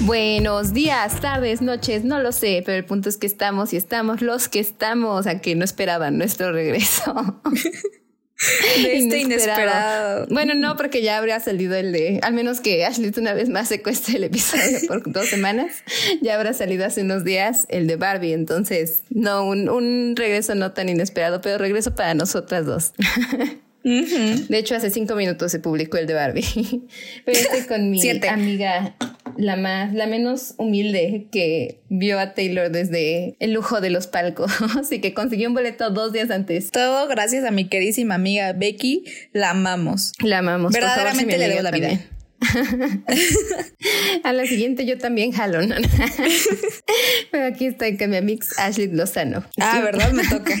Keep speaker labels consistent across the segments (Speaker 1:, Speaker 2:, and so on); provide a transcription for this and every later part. Speaker 1: Buenos días, tardes, noches, no lo sé, pero el punto es que estamos y estamos los que estamos, a que no esperaban nuestro regreso.
Speaker 2: de este inesperado.
Speaker 1: Bueno, no, porque ya habría salido el de, al menos que Ashley una vez más secuestre el episodio por dos semanas, ya habrá salido hace unos días el de Barbie, entonces, no, un, un regreso no tan inesperado, pero regreso para nosotras dos. Uh -huh. De hecho, hace cinco minutos se publicó el de Barbie. Pero este con mi Siete. amiga, la más, la menos humilde que vio a Taylor desde el lujo de los palcos y que consiguió un boleto dos días antes.
Speaker 2: Todo gracias a mi queridísima amiga Becky. La amamos.
Speaker 1: La amamos.
Speaker 2: Verdaderamente le debo la vida. También.
Speaker 1: a la siguiente yo también jalo. ¿no? Pero aquí estoy con mi amix Ashley Lozano.
Speaker 2: Ah, ¿verdad? Me toca.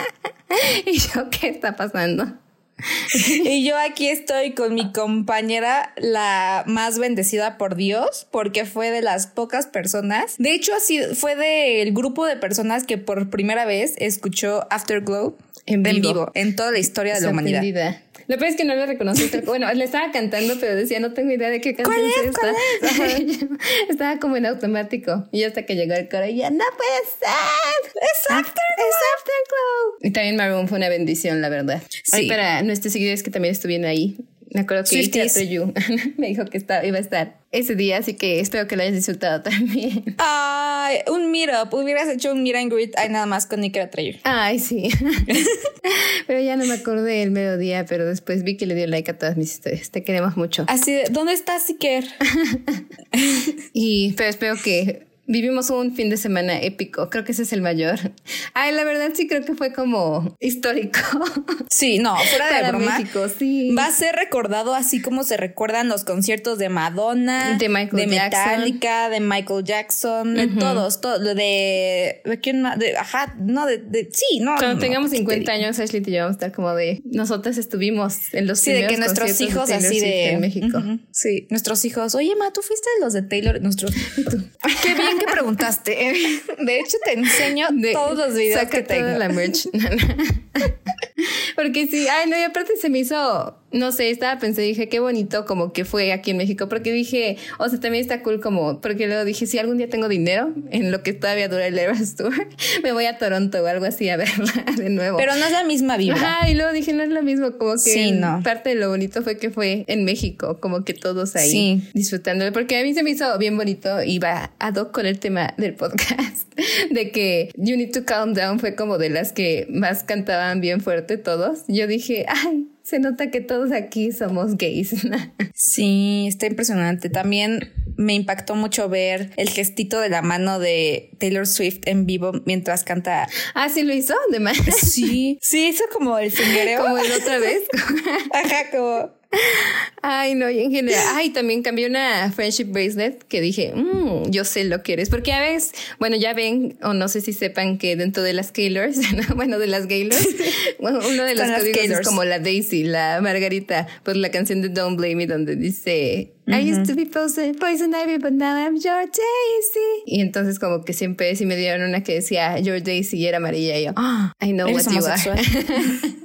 Speaker 1: y yo, ¿qué está pasando?
Speaker 2: y yo aquí estoy con mi compañera, la más bendecida por Dios, porque fue de las pocas personas. De hecho, así fue del grupo de personas que por primera vez escuchó Afterglow en vivo en, vivo, en toda la historia de la
Speaker 1: Pues
Speaker 2: humanidad.
Speaker 1: Lo peor es que no le reconocí. Bueno, le estaba cantando, pero decía, no tengo idea de qué canción es, esta. Es? estaba como en automático. Y hasta que llegó el coro, y ya, no puede ser. Ah,
Speaker 2: Es Afterglow.
Speaker 1: Es Afterglow. Y también Maroon fue una bendición, la verdad. Sí. Ay, para nuestros seguidores que también estuvieron ahí. Me acuerdo que Teatro You me dijo que estaba, iba a estar ese día, así que espero que lo hayas disfrutado también.
Speaker 2: Ay, un meetup. Hubieras hecho un meet and greet ay, nada más con Nicra Treyer.
Speaker 1: Ay, sí. pero ya no me acordé el mediodía, pero después vi que le dio like a todas mis historias. Te queremos mucho.
Speaker 2: Así de, ¿dónde estás, Siker?
Speaker 1: y, pero espero que vivimos un fin de semana épico. Creo que ese es el mayor. Ay, la verdad sí creo que fue como histórico.
Speaker 2: Sí, no, fuera de
Speaker 1: Para
Speaker 2: broma.
Speaker 1: México, sí.
Speaker 2: Va a ser recordado así como se recuerdan los conciertos de Madonna,
Speaker 1: de, Michael
Speaker 2: de
Speaker 1: Jackson.
Speaker 2: Metallica, de Michael Jackson, de uh -huh. todos, todo, de, de quién más, de, ajá, no, de, de sí, no.
Speaker 1: Cuando
Speaker 2: no,
Speaker 1: tengamos 50 años, Ashley y yo vamos a estar como de nosotras estuvimos en los
Speaker 2: Sí, de que nuestros hijos
Speaker 1: de
Speaker 2: así de
Speaker 1: en México. Uh
Speaker 2: -huh. Sí, nuestros hijos, oye, ma, tú fuiste de los de Taylor, nuestros.
Speaker 1: Qué bien que preguntaste. eh.
Speaker 2: De hecho, te enseño de, todos los videos
Speaker 1: saca
Speaker 2: que tengo.
Speaker 1: Toda la merch. porque sí, ay, no, y aparte se me hizo, no sé, estaba pensando, dije, qué bonito como que fue aquí en México, porque dije, o sea, también está cool como, porque luego dije, si algún día tengo dinero, en lo que todavía dura el Eras Tour, me voy a Toronto o algo así a verla de nuevo.
Speaker 2: Pero no es la misma vibra.
Speaker 1: Ajá, y luego dije, no es lo mismo, como que sí, no. parte de lo bonito fue que fue en México, como que todos ahí sí. disfrutándolo, porque a mí se me hizo bien bonito y va ad hoc con el tema del podcast, de que You Need to Calm Down fue como de las que más cantaban bien fuerte todos. Yo dije, ay, se nota que todos aquí somos gays.
Speaker 2: sí, está impresionante. También me impactó mucho ver el gestito de la mano de Taylor Swift en vivo mientras canta.
Speaker 1: Ah, sí lo hizo, además.
Speaker 2: Sí, sí, hizo como el fingereo.
Speaker 1: Como el otra vez.
Speaker 2: Ajá, como
Speaker 1: Ay, no, y en general. Ay, también cambié una friendship bracelet que dije, mmm, yo sé lo que eres. Porque a veces, bueno, ya ven, o no sé si sepan que dentro de las Gaylors, bueno, de las Gaylors, bueno, uno de los Son códigos es como la Daisy, la Margarita, por la canción de Don't Blame Me, donde dice, I used to be poison, poison ivy, but now I'm your Daisy. Y entonces como que siempre si me dieron una que decía your Daisy y era amarilla y yo,
Speaker 2: Ah,
Speaker 1: oh, I know what you are.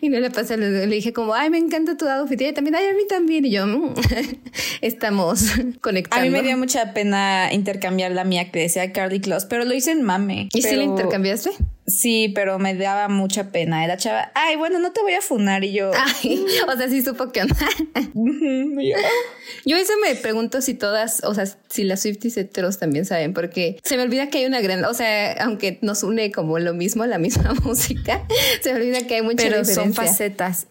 Speaker 1: y no le pasé, le, dije como, ay, me encanta tu outfit. Y ella también, ay, a mí también. Y yo, mmm, estamos conectando.
Speaker 2: A mí me dio mucha pena intercambiar la mía que decía Carly Close, pero lo hice en mame.
Speaker 1: ¿Y
Speaker 2: pero...
Speaker 1: si la intercambiaste?
Speaker 2: Sí, pero me daba mucha pena. Era chava, ay, bueno, no te voy a funar. Y yo, "Mm,
Speaker 1: ay, o sea, sí supo que onda. yo eso me pregunto si todas, o sea, si las Swifties heteros también saben, porque se me olvida que hay una gran, o sea, aunque nos une como lo mismo, la misma música, se me olvida que hay mucha
Speaker 2: pero
Speaker 1: diferencia.
Speaker 2: son facetas.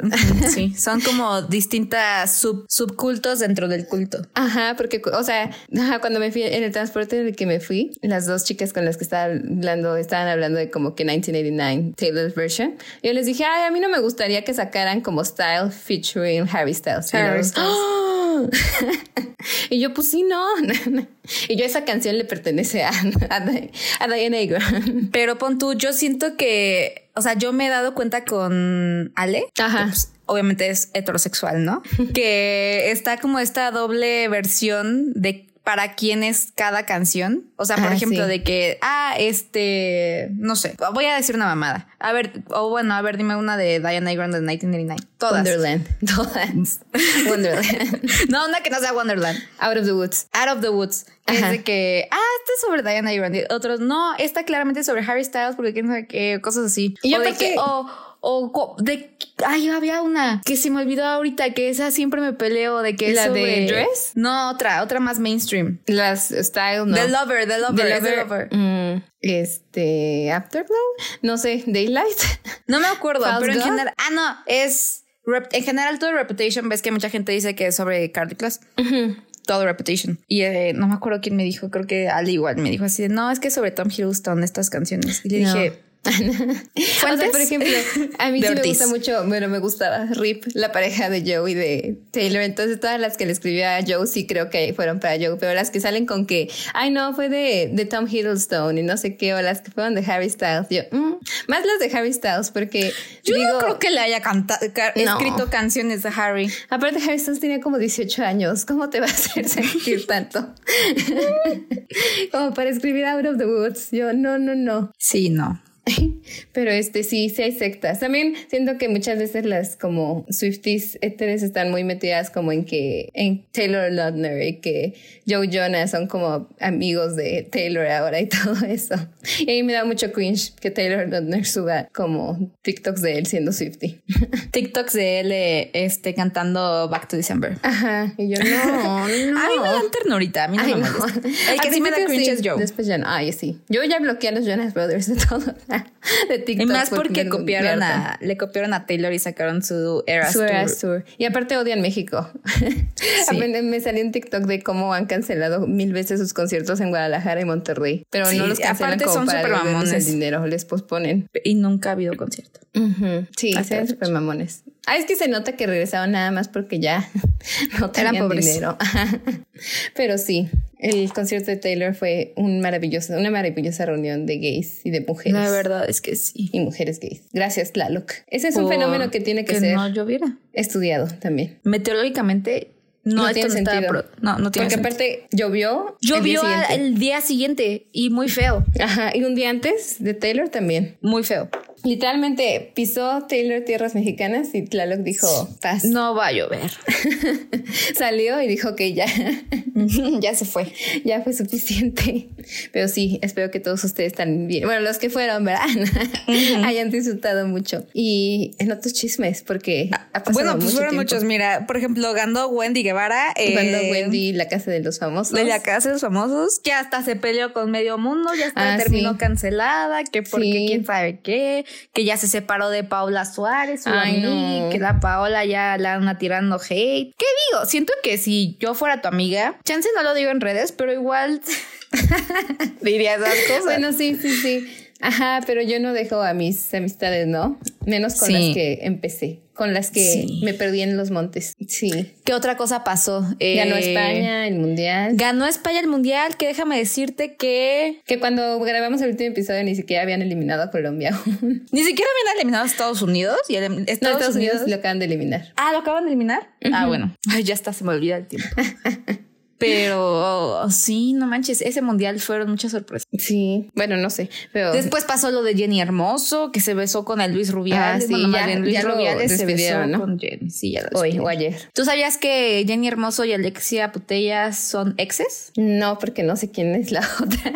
Speaker 2: sí, son como distintas sub, subcultos dentro del culto.
Speaker 1: Ajá, porque, o sea, cuando me fui en el transporte en el que me fui, las dos chicas con las que estaba hablando estaban hablando de como que 1989 Taylor's version. Yo les dije, ay, a mí no me gustaría que sacaran como Style featuring Harry Styles.
Speaker 2: Harry Styles. ¡Oh!
Speaker 1: y yo, pues sí, no. y yo, esa canción le pertenece a, a, a Diana Agron.
Speaker 2: Pero pon tú, yo siento que, o sea, yo me he dado cuenta con Ale.
Speaker 1: Ajá. Que, pues,
Speaker 2: obviamente es heterosexual, ¿no? que está como esta doble versión de para quién es cada canción. O sea, por
Speaker 1: Ah,
Speaker 2: ejemplo,
Speaker 1: sí.
Speaker 2: de que, ah, este, no sé, voy a decir una mamada. A ver, o bueno, a ver, dime una de Diana Agron de 1989. Todas.
Speaker 1: Wonderland. Todas. Wonderland.
Speaker 2: No, una que no sea Wonderland.
Speaker 1: Out of the Woods.
Speaker 2: Out of the Woods. que
Speaker 1: Ajá.
Speaker 2: Es de que, ah, esta es sobre Diana Grande. Otros, no, esta claramente es sobre Harry Styles porque quién sabe qué, cosas así.
Speaker 1: Y
Speaker 2: o de
Speaker 1: aparte-
Speaker 2: que, o, o co- de, ay, había una que se me olvidó ahorita, que esa siempre me peleo, de que es
Speaker 1: ¿La de
Speaker 2: sobre-
Speaker 1: Dress?
Speaker 2: No, otra, otra más mainstream.
Speaker 1: Las Style, no.
Speaker 2: The Lover, The Lover,
Speaker 1: The
Speaker 2: es The
Speaker 1: Lover,
Speaker 2: Lover.
Speaker 1: mm, este. Afterglow. No sé. Daylight.
Speaker 2: No me acuerdo,
Speaker 1: False
Speaker 2: pero en
Speaker 1: God?
Speaker 2: general, ah, no, es, rep- en general todo Reputation, ves que mucha gente dice que es sobre Cardi Class. todo Reputation. Y eh, no me acuerdo quién me dijo, creo que al igual me dijo así de, no, es que sobre Tom Hiddleston estas canciones. Y le
Speaker 1: No.
Speaker 2: dije,
Speaker 1: O sea,
Speaker 2: ¿fuentes?
Speaker 1: por ejemplo, a mí
Speaker 2: De
Speaker 1: sí me
Speaker 2: Ortiz.
Speaker 1: gusta mucho, bueno, me gustaba Rip, la pareja de Joe y de Taylor. Entonces, todas las que le escribía a Joe sí creo que fueron para Joe, pero las que salen con que, ay, no, fue de, de Tom Hiddleston y no sé qué, o las que fueron de Harry Styles. Yo, "Mm". más las de Harry Styles, porque
Speaker 2: yo
Speaker 1: digo,
Speaker 2: no creo que le haya canta- ca-
Speaker 1: No.
Speaker 2: escrito canciones de Harry.
Speaker 1: aparte Harry Styles tenía como 18 años, ¿cómo te va a hacer sentir tanto? como para escribir Out of the Woods. Yo, no, no, no.
Speaker 2: Sí, no.
Speaker 1: Pero este sí, sí hay sectas. También siento que muchas veces las como Swifties éteres están muy metidas como en que en Taylor Lautner y que Joe Jonas son como amigos de Taylor ahora y todo eso. Y a mí me da mucho cringe que Taylor Lautner suba como TikToks de él siendo Swiftie.
Speaker 2: TikToks de él eh, este, cantando Back to December.
Speaker 1: Ajá. Y yo no, no.
Speaker 2: A mí me dan ternurita, a mí no
Speaker 1: Ay,
Speaker 2: me
Speaker 1: no.
Speaker 2: molesta. El
Speaker 1: Al
Speaker 2: que sí me da
Speaker 1: principio
Speaker 2: cringe es Joe.
Speaker 1: Después ya no. Ay, sí. Yo ya bloqueé a los Jonas Brothers de todo. De TikTok.
Speaker 2: Y más porque
Speaker 1: me- me
Speaker 2: copiaron
Speaker 1: hartan.
Speaker 2: a, le copiaron a Taylor y sacaron su Eras
Speaker 1: Su era
Speaker 2: Tour.
Speaker 1: Sur. Y aparte odian México. Apenas me salió un TikTok de cómo han cancelado mil veces sus conciertos en Guadalajara y Monterrey. Pero
Speaker 2: Sí,
Speaker 1: no los cancelan
Speaker 2: aparte
Speaker 1: como
Speaker 2: son
Speaker 1: para
Speaker 2: súper
Speaker 1: devolverles
Speaker 2: mamones.
Speaker 1: el dinero, les posponen.
Speaker 2: Y nunca ha habido concierto.
Speaker 1: Sí,
Speaker 2: Hasta
Speaker 1: sean
Speaker 2: la
Speaker 1: súper mamones. Ah, es que se nota que regresaron nada más porque ya no tenían
Speaker 2: pobres.
Speaker 1: dinero. Pero sí, el concierto de Taylor fue un maravilloso, una maravillosa reunión de gays y de mujeres.
Speaker 2: La verdad es que sí.
Speaker 1: Y mujeres gays. Gracias, Tlaloc. Ese es un
Speaker 2: Por-
Speaker 1: fenómeno que tiene que, ser
Speaker 2: no lloviera.
Speaker 1: estudiado también.
Speaker 2: meteorológicamente no,
Speaker 1: No
Speaker 2: esto
Speaker 1: tiene
Speaker 2: no estaba
Speaker 1: sentido.
Speaker 2: pro- no, no tiene
Speaker 1: Porque
Speaker 2: sentido.
Speaker 1: aparte llovió. el día
Speaker 2: Llovió al-
Speaker 1: siguiente.
Speaker 2: el día siguiente y muy feo,
Speaker 1: Ajá, y un día antes de Taylor también.
Speaker 2: muy feo.
Speaker 1: Literalmente pisó Taylor tierras mexicanas y Tlaloc dijo paz.
Speaker 2: No va a llover.
Speaker 1: Salió y dijo que ya,
Speaker 2: ya se fue.
Speaker 1: ya fue suficiente. Pero sí, espero que todos ustedes están bien. Bueno, los que fueron, ¿verdad? Hayan disfrutado mucho. Y en otros chismes, porque ha pasado
Speaker 2: Bueno, pues
Speaker 1: mucho
Speaker 2: fueron
Speaker 1: tiempo.
Speaker 2: muchos. Mira, por ejemplo, ganó Wendy Guevara. eh,
Speaker 1: Cuando Wendy, la casa de los famosos.
Speaker 2: De la casa de los famosos, que hasta se peleó con medio mundo, ya hasta
Speaker 1: Ah,
Speaker 2: terminó
Speaker 1: sí.
Speaker 2: cancelada, que porque
Speaker 1: Sí.
Speaker 2: quién sabe qué, que ya se separó de Paola Suárez, su
Speaker 1: Ay,
Speaker 2: amiga,
Speaker 1: no.
Speaker 2: que la Paola ya la anda tirando hate. ¿Qué digo? Siento que si yo fuera tu amiga, chance no lo digo en redes, pero igual diría esas cosas.
Speaker 1: Bueno, sí, sí, sí. Ajá, pero yo no dejo a mis amistades, ¿no? Menos con
Speaker 2: Sí.
Speaker 1: las que empecé, con las que
Speaker 2: Sí.
Speaker 1: me perdí en los montes. Sí.
Speaker 2: ¿Qué otra cosa pasó?
Speaker 1: Ganó
Speaker 2: Eh,
Speaker 1: España, el Mundial.
Speaker 2: Ganó España el mundial, que déjame decirte que
Speaker 1: Que cuando grabamos el último episodio ni siquiera habían eliminado a Colombia aún.
Speaker 2: ni siquiera habían eliminado a Estados Unidos y el- Estados,
Speaker 1: No, Estados Unidos
Speaker 2: Unidos
Speaker 1: lo acaban de eliminar.
Speaker 2: Ah, ¿lo acaban de eliminar? Ah, bueno. Ay, ya está, se me olvida el tiempo. Pero sí, no manches, ese mundial fueron muchas sorpresas.
Speaker 1: Sí. Bueno, no sé, pero...
Speaker 2: Después pasó lo de Jenny Hermoso, que se besó con el Luis Rubiales.
Speaker 1: Ah, sí,
Speaker 2: Bueno, más
Speaker 1: ya-
Speaker 2: bien, Luis
Speaker 1: ya lo
Speaker 2: Rubiales se besó
Speaker 1: despidieron, ¿no?
Speaker 2: con Jenny. Sí, ya lo
Speaker 1: Hoy o
Speaker 2: despidieron.
Speaker 1: ayer.
Speaker 2: ¿Tú sabías que Jenny Hermoso y Alexia Putellas son exes?
Speaker 1: No, porque no sé quién es la otra.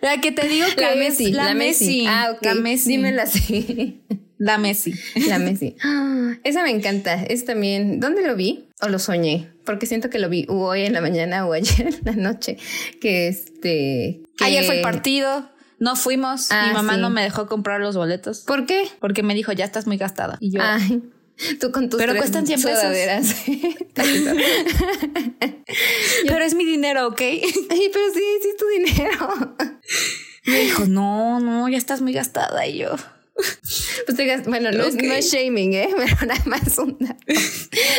Speaker 2: La que te digo que
Speaker 1: La
Speaker 2: es
Speaker 1: Messi, la Messi.
Speaker 2: Ah,
Speaker 1: Ah,
Speaker 2: ok.
Speaker 1: ok.
Speaker 2: La Messi.
Speaker 1: Dímela así.
Speaker 2: La Messi.
Speaker 1: La Messi. Ah, Esa me encanta. Es también. ¿Dónde lo vi? O lo soñé. Porque siento que lo vi o hoy en la mañana o ayer en la noche. Que este. que-
Speaker 2: Ayer fue el partido, no fuimos.
Speaker 1: Ah,
Speaker 2: Mi mamá
Speaker 1: sí.
Speaker 2: no me dejó comprar los boletos
Speaker 1: ¿Por qué?
Speaker 2: porque me dijo, ya estás muy gastada. Y yo,
Speaker 1: Ay, tú con tus.
Speaker 2: Pero
Speaker 1: tres
Speaker 2: cuestan 100 pesos.
Speaker 1: sudaderas. Ay,
Speaker 2: Pero es mi dinero, ¿ok?
Speaker 1: pero sí, sí, es tu dinero.
Speaker 2: Me dijo, no, no, ya estás muy gastada. Y yo,
Speaker 1: Pues te gast- bueno, no,
Speaker 2: Ok.
Speaker 1: es, no es shaming, ¿eh? Pero nada más un dato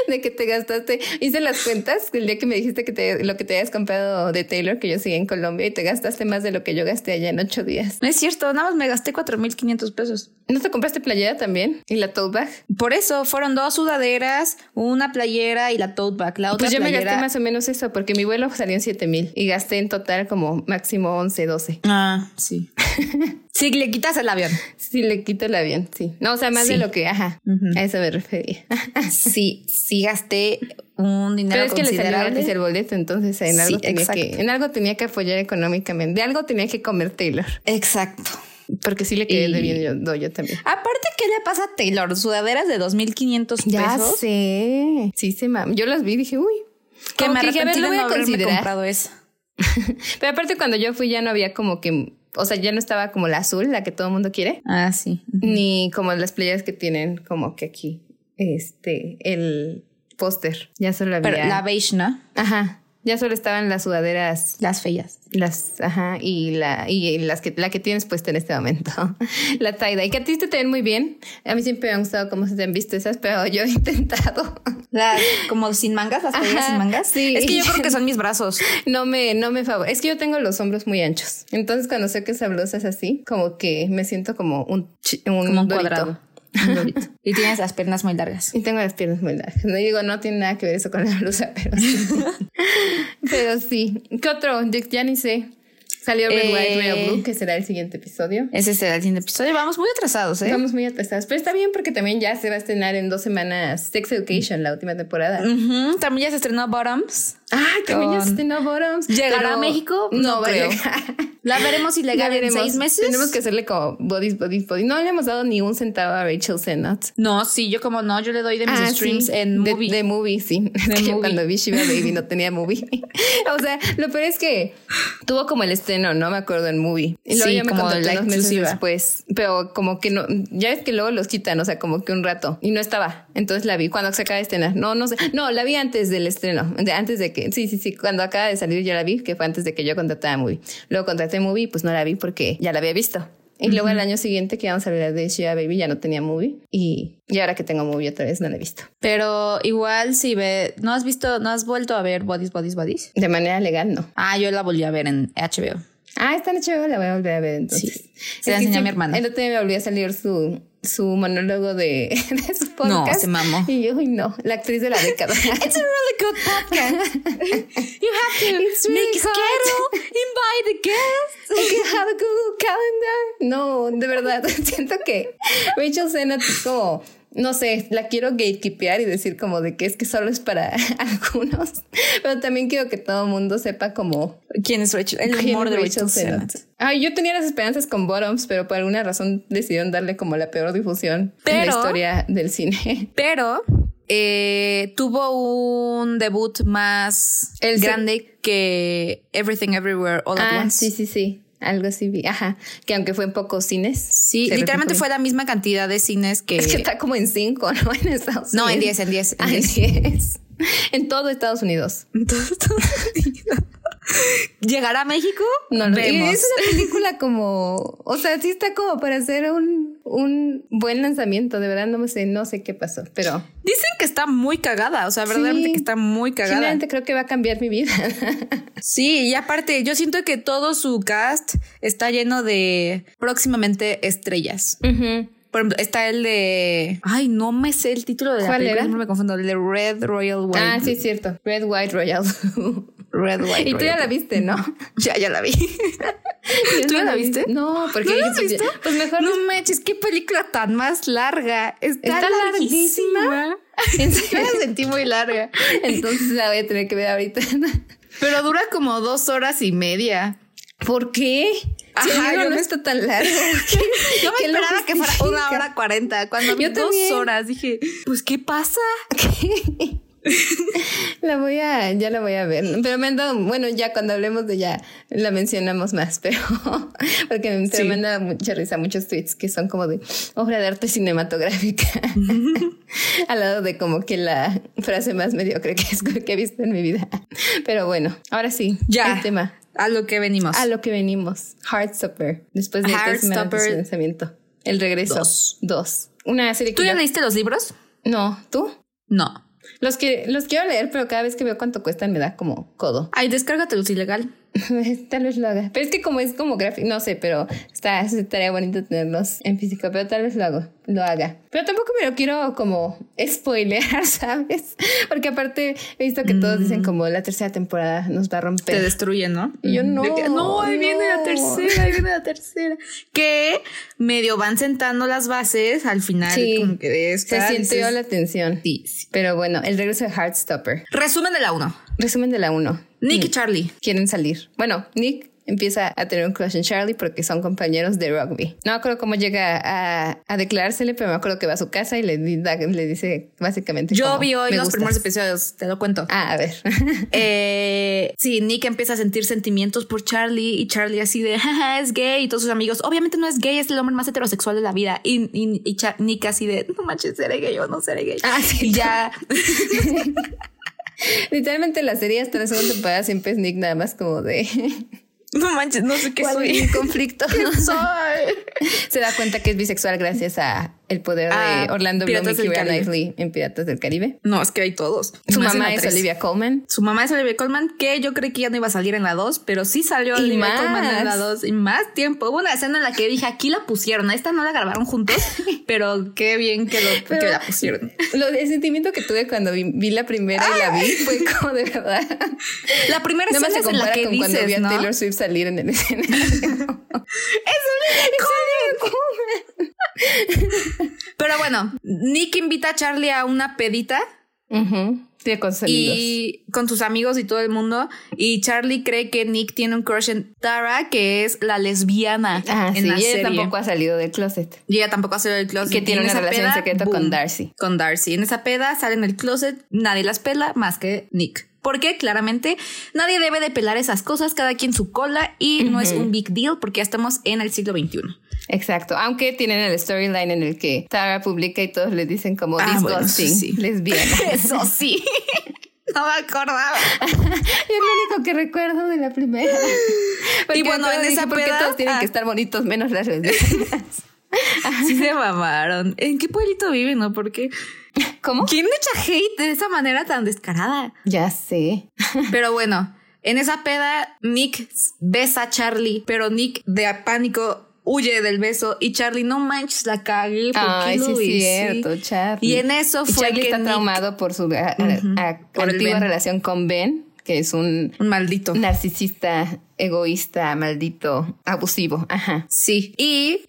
Speaker 1: de que te gastaste. Hice las cuentas el día que me dijiste que te- lo que te habías comprado de Taylor, que yo seguía en Colombia, y te gastaste más de lo que yo gasté allá en ocho días.
Speaker 2: No es cierto, nada más me gasté 4.500 pesos.
Speaker 1: ¿No te compraste playera también? ¿Y la tote bag?
Speaker 2: Por eso fueron dos sudaderas, una playera y la tote bag. La otra
Speaker 1: Pues yo me
Speaker 2: playera.
Speaker 1: gasté más o menos eso, porque mi vuelo salió en 7 mil y gasté en total como máximo 11, 12.
Speaker 2: Ah, sí. sí, le quitas el avión.
Speaker 1: Si le quito el avión, sí. No, o sea, más
Speaker 2: Sí.
Speaker 1: de lo que, ajá,
Speaker 2: Ujú.
Speaker 1: a eso me refería.
Speaker 2: Sí, sí gasté un dinero
Speaker 1: Pero es que le salió
Speaker 2: considerable.
Speaker 1: gratis el boleto, entonces en algo,
Speaker 2: Sí,
Speaker 1: tenía
Speaker 2: exacto.
Speaker 1: que, en algo tenía que apoyar económicamente. De algo tenía que comer Taylor,
Speaker 2: Exacto.
Speaker 1: porque sí le quedé
Speaker 2: Y-
Speaker 1: bien yo, no, yo también.
Speaker 2: Aparte, ¿qué le pasa a Taylor? Sudaderas de 2.500
Speaker 1: Ya
Speaker 2: pesos.
Speaker 1: sé. Sí, se mam. Yo las vi y dije, uy.
Speaker 2: Que
Speaker 1: como
Speaker 2: me
Speaker 1: dije, a
Speaker 2: arrepentí
Speaker 1: ver, lo
Speaker 2: de
Speaker 1: voy
Speaker 2: no
Speaker 1: a
Speaker 2: haberme
Speaker 1: considerar.
Speaker 2: comprado esa.
Speaker 1: Pero aparte cuando yo fui ya no había como que, o sea, ya no estaba como la azul, la que todo el mundo quiere,
Speaker 2: Ah, sí.
Speaker 1: ni como las playas que tienen como que aquí, este, el póster. Ya solo había.
Speaker 2: Pero la beige, ¿no?
Speaker 1: Ajá. Ya solo estaban las sudaderas,
Speaker 2: Las feas.
Speaker 1: las, ajá, y la, y las que, la que tienes puesta en este momento. la tie-dye, que a ti te ven muy bien. A mí siempre me han gustado cómo se te han visto esas, pero yo he intentado.
Speaker 2: Las, como sin mangas, las playeras
Speaker 1: Ajá,
Speaker 2: sin mangas.
Speaker 1: sí.
Speaker 2: Es que yo creo que son mis brazos.
Speaker 1: No me, no me favorece. Es que yo tengo los hombros muy anchos. Entonces, cuando sé que esa blusa es así, como que me siento como un, chi- un,
Speaker 2: Como un
Speaker 1: dorito.
Speaker 2: cuadrado. Un dorito. y tienes las piernas muy largas.
Speaker 1: Y tengo las piernas muy largas. No digo, no tiene nada que ver eso con la blusa, pero sí. pero sí. ¿Qué otro? Ya- Ya ni sé. Salió Red,
Speaker 2: Eh,
Speaker 1: White, Royal Blue, que será el siguiente episodio.
Speaker 2: Ese será el siguiente episodio. Vamos muy atrasados, ¿eh?
Speaker 1: Estamos muy atrasados. Pero está bien porque también ya se va a estrenar en dos semanas Sex Education, la última temporada.
Speaker 2: Ujú, También ya se estrenó Bottoms.
Speaker 1: Ah, también ya se
Speaker 2: Mm. Con-
Speaker 1: estrenó Bottoms.
Speaker 2: ¿Llegará
Speaker 1: Pero
Speaker 2: a México?
Speaker 1: No,
Speaker 2: No
Speaker 1: va a
Speaker 2: creo.
Speaker 1: llegar.
Speaker 2: La veremos
Speaker 1: Ya
Speaker 2: ilegal en
Speaker 1: veremos.
Speaker 2: seis meses.
Speaker 1: Tenemos que hacerle como bodies, bodies, bodies. No le hemos dado ni un centavo a Rachel Sennott.
Speaker 2: No, sí, yo como no, yo le doy de mis
Speaker 1: Ah,
Speaker 2: streams
Speaker 1: sí.
Speaker 2: en
Speaker 1: de,
Speaker 2: movie.
Speaker 1: De movie, sí. Es
Speaker 2: De
Speaker 1: que yo
Speaker 2: movie.
Speaker 1: cuando vi Shiva Baby no tenía movie. o sea, lo peor es que tuvo como el estreno, no me acuerdo en movie. Y luego
Speaker 2: Sí,
Speaker 1: ya me
Speaker 2: como
Speaker 1: contactó
Speaker 2: la
Speaker 1: unos meses
Speaker 2: exclusiva.
Speaker 1: después. Pero como que no, ya ves que luego los quitan, o sea, como que un rato. Y no estaba. Entonces la vi cuando se acaba de estrenar. No, no sé. No, la vi antes del estreno. de- antes de que, sí, sí, sí. Cuando acaba de salir yo la vi, que fue antes de que yo contratara movie. Luego contraté movie, pues no la vi porque ya la había visto. Y luego el año siguiente que íbamos a hablar de Shia Baby ya no tenía movie. Y, y ahora que tengo movie otra vez no la he visto.
Speaker 2: Pero igual si ve, no has visto, no has vuelto a ver Bodies, Bodies, Bodies.
Speaker 1: De manera legal, no.
Speaker 2: Ah, yo la volví a ver en HBO.
Speaker 1: Ah, está en HBO, la voy a volver a ver entonces.
Speaker 2: Sí. Se
Speaker 1: Es que
Speaker 2: la enseñé a mi
Speaker 1: siempre-
Speaker 2: hermana.
Speaker 1: El otro día me volvió a salir su, su monólogo de, de su
Speaker 2: No,
Speaker 1: podcast.
Speaker 2: se mamó.
Speaker 1: Y yo, uy, no, la actriz de la década.
Speaker 2: It's a really good podcast. you have to
Speaker 1: It's really
Speaker 2: make a
Speaker 1: good.
Speaker 2: schedule, invite the guests.
Speaker 1: You can have a Google Calendar. No, de verdad, siento que Rachel Sennett es como, no sé, la quiero gatekeepear y decir como de que es que solo es para algunos. Pero también quiero que todo el mundo sepa como
Speaker 2: ¿Quién es Rachel? El
Speaker 1: ¿Quién
Speaker 2: humor de
Speaker 1: es
Speaker 2: Rachel Sennett.
Speaker 1: Ay, yo tenía las esperanzas con Bottoms, pero por alguna razón decidieron darle como la peor difusión en
Speaker 2: Pero-
Speaker 1: la historia del cine.
Speaker 2: Pero eh, tuvo un debut más
Speaker 1: El se-
Speaker 2: grande que Everything Everywhere All at
Speaker 1: Ah,
Speaker 2: Once.
Speaker 1: sí, sí, sí. Algo así vi. Ajá. Que aunque fue en pocos cines.
Speaker 2: Sí,
Speaker 1: se
Speaker 2: literalmente
Speaker 1: repercutió.
Speaker 2: fue la misma cantidad de cines que...
Speaker 1: Es que está como en cinco, ¿no? En Estados Unidos.
Speaker 2: No, en 10, en 10.
Speaker 1: Ah, en diez. En todo Estados Unidos.
Speaker 2: ¿Llegará a México?
Speaker 1: No lo y
Speaker 2: vemos.
Speaker 1: Es una película como. O sea, sí está como para hacer un, un buen lanzamiento. De verdad, no sé, no sé qué pasó, pero.
Speaker 2: Dicen que está muy cagada, o sea, verdaderamente
Speaker 1: Sí.
Speaker 2: que está muy cagada.
Speaker 1: Simplemente creo que va a cambiar mi vida.
Speaker 2: Sí, y aparte, yo siento que todo su cast está lleno de próximamente estrellas.
Speaker 1: Ujú.
Speaker 2: Por ejemplo, está el de. Ay, no me sé el título de la
Speaker 1: ¿Cuál
Speaker 2: película,
Speaker 1: era?
Speaker 2: siempre me confundo. El de Red Royal White.
Speaker 1: Ah, sí, es cierto. Red, White, Royal.
Speaker 2: Red White.
Speaker 1: y tú ya
Speaker 2: Royal
Speaker 1: la viste, ¿no?
Speaker 2: Blue. Ya, ya la vi.
Speaker 1: ¿Tú
Speaker 2: ya la viste?
Speaker 1: No, porque
Speaker 2: ¿No la
Speaker 1: dije,
Speaker 2: has
Speaker 1: pues,
Speaker 2: visto?
Speaker 1: ya- pues mejor
Speaker 2: No manches, qué película tan más larga. Está,
Speaker 1: Está
Speaker 2: larguísima.
Speaker 1: ¿En
Speaker 2: Yo
Speaker 1: serio?
Speaker 2: la sentí muy larga.
Speaker 1: Entonces la voy a tener que ver ahorita.
Speaker 2: Pero dura como dos horas y media.
Speaker 1: ¿Por qué? Si el
Speaker 2: Ajá,
Speaker 1: libro
Speaker 2: yo
Speaker 1: no
Speaker 2: me-
Speaker 1: está tan largo.
Speaker 2: Yo
Speaker 1: ¿Qué
Speaker 2: me
Speaker 1: lo
Speaker 2: esperaba que fuera una
Speaker 1: justifica?
Speaker 2: hora cuarenta. Cuando vi
Speaker 1: Yo
Speaker 2: dos
Speaker 1: también.
Speaker 2: horas dije, pues ¿qué pasa?
Speaker 1: La voy a, ya la voy a ver. Pero me han dado, bueno, ya cuando hablemos de ya la mencionamos más, pero porque me, pero
Speaker 2: Sí.
Speaker 1: me han dado mucha risa muchos tweets que son como de obra de arte cinematográfica. Al lado de como que la frase más mediocre que, es, que he visto en mi vida. Pero bueno, ahora sí,
Speaker 2: Ya.
Speaker 1: el tema.
Speaker 2: A lo que venimos.
Speaker 1: A lo que venimos, Heartstopper, después de tres semanas de su
Speaker 2: Heartstopper.
Speaker 1: lanzamiento. El regreso.
Speaker 2: Dos.
Speaker 1: Dos. Una serie que
Speaker 2: ¿Tú ya
Speaker 1: yo-
Speaker 2: leíste los libros?
Speaker 1: No, ¿tú?
Speaker 2: No.
Speaker 1: Los que los quiero leer, pero cada vez que veo cuánto cuestan me da como codo.
Speaker 2: Ay, descárgatelos ilegal.
Speaker 1: tal vez lo haga. Pero es que como es como gráfico, no sé, pero está, estaría bonito tenerlos en físico, pero tal vez lo hago, lo haga. Pero tampoco me lo quiero como spoilear, ¿sabes? Porque aparte he visto que todos dicen como la tercera temporada nos va a
Speaker 2: Te
Speaker 1: romper.
Speaker 2: destruyen, ¿no? Mm.
Speaker 1: Y yo, no,
Speaker 2: De que, no, ahí viene la
Speaker 1: no".
Speaker 2: tercera, ahí viene la tercera. Que medio van sentando las bases al final.
Speaker 1: Pues Sí.
Speaker 2: como que de esta,
Speaker 1: Se sintió
Speaker 2: dices,
Speaker 1: la tensión.
Speaker 2: sí, sí.
Speaker 1: Pero bueno, el regreso de Heartstopper.
Speaker 2: Resumen de la 1.
Speaker 1: Resumen de la 1.
Speaker 2: Nick y Charlie.
Speaker 1: quieren salir. Bueno, Nick empieza a tener un crush en Charlie porque son compañeros de rugby. No me acuerdo cómo llega a, a declarársele, pero me acuerdo que va a su casa y le, di- da- le dice básicamente.
Speaker 2: Yo
Speaker 1: como,
Speaker 2: vi hoy
Speaker 1: "Me
Speaker 2: los
Speaker 1: gustas".
Speaker 2: primeros episodios, te lo cuento.
Speaker 1: Ah, a ver.
Speaker 2: Eh, sí, Nick empieza a sentir sentimientos por Charlie y Charlie así de, jaja, es gay y todos sus amigos, obviamente no es gay, es el hombre más heterosexual de la vida. Y, y- y Cha- Nick así de, no manches, seré gay o no seré gay.
Speaker 1: Ah, sí.
Speaker 2: Y ya,
Speaker 1: Literalmente la serie hasta la segunda temporada siempre es Nick nada más como de...
Speaker 2: no manches, no sé qué
Speaker 1: ¿Cuál es
Speaker 2: soy.
Speaker 1: mi conflicto?
Speaker 2: soy?
Speaker 1: Se da cuenta que es bisexual gracias a el poder
Speaker 2: Ah,
Speaker 1: de Orlando Bloom y
Speaker 2: Piratas del
Speaker 1: Keira
Speaker 2: Caribe.
Speaker 1: Knightley en Piratas del Caribe.
Speaker 2: No, es que hay todos.
Speaker 1: Su
Speaker 2: Más en
Speaker 1: mamá
Speaker 2: la
Speaker 1: es
Speaker 2: tres.
Speaker 1: Olivia Colman.
Speaker 2: Su mamá es Olivia Colman, que yo creí que ya no iba a salir en la 2, pero sí salió
Speaker 1: Y
Speaker 2: Olivia
Speaker 1: más.
Speaker 2: Colman en la 2 y más tiempo. Hubo una escena en la que dije, aquí la pusieron, a esta no la grabaron juntos, pero qué bien que, lo- que
Speaker 1: Pero-
Speaker 2: la pusieron.
Speaker 1: Lo, el sentimiento que tuve cuando vi, vi la primera y la vi fue como de verdad.
Speaker 2: La primera
Speaker 1: Nada más
Speaker 2: escena
Speaker 1: se
Speaker 2: es en
Speaker 1: compara
Speaker 2: la que
Speaker 1: con cuando vi
Speaker 2: dices,
Speaker 1: a
Speaker 2: ¿no?
Speaker 1: Taylor Swift salir en el escenario.
Speaker 2: Pero bueno, Nick invita a Charlie a una pedita
Speaker 1: Ujú. Sí, con sus amigos.
Speaker 2: y con sus amigos y todo el mundo. Y Charlie cree que Nick tiene un crush en Tara, que es la lesbiana
Speaker 1: Ah,
Speaker 2: en
Speaker 1: sí,
Speaker 2: la
Speaker 1: y
Speaker 2: serie.
Speaker 1: él tampoco ha salido del closet.
Speaker 2: Y ella tampoco ha salido del closet.
Speaker 1: Que tiene
Speaker 2: Y
Speaker 1: una
Speaker 2: en esa
Speaker 1: relación
Speaker 2: peda,
Speaker 1: secreta
Speaker 2: boom,
Speaker 1: con Darcy.
Speaker 2: Con Darcy. En esa peda sale en el closet, nadie las pela más que Nick. Porque claramente nadie debe de pelar esas cosas, cada quien su cola y no es un big deal porque ya estamos en el siglo XXI.
Speaker 1: Exacto. Aunque tienen el storyline en el que Tara publica y todos le dicen como
Speaker 2: Ah, bueno,
Speaker 1: disgusting,
Speaker 2: sí.
Speaker 1: lesbiana.
Speaker 2: Eso sí. No me acordaba.
Speaker 1: es lo único que recuerdo de la primera. Porque
Speaker 2: Y bueno,
Speaker 1: luego
Speaker 2: en
Speaker 1: dije,
Speaker 2: esa
Speaker 1: "¿Por qué
Speaker 2: peda-
Speaker 1: todos tienen
Speaker 2: ah.
Speaker 1: que estar bonitos menos las lesbianas.
Speaker 2: Sí se mamaron. ¿En qué pueblito viven, no? Porque
Speaker 1: ¿Cómo?
Speaker 2: ¿quién le echa hate de esa manera tan descarada?
Speaker 1: Ya sé.
Speaker 2: Pero bueno, en esa peda Nick besa a Charlie, pero Nick de pánico huye del beso y Charlie no manches la cagué. ¿por qué
Speaker 1: Ay, sí
Speaker 2: lo
Speaker 1: es
Speaker 2: hice?
Speaker 1: cierto, Charlie.
Speaker 2: Y en eso
Speaker 1: Y
Speaker 2: fue
Speaker 1: Charlie
Speaker 2: que
Speaker 1: está
Speaker 2: Nick-
Speaker 1: traumado por su a- a- a-
Speaker 2: Por el
Speaker 1: antigua
Speaker 2: Ben.
Speaker 1: relación con Ben, que es un
Speaker 2: Un maldito.
Speaker 1: narcisista, egoísta, maldito, abusivo. Ajá.
Speaker 2: Sí. Y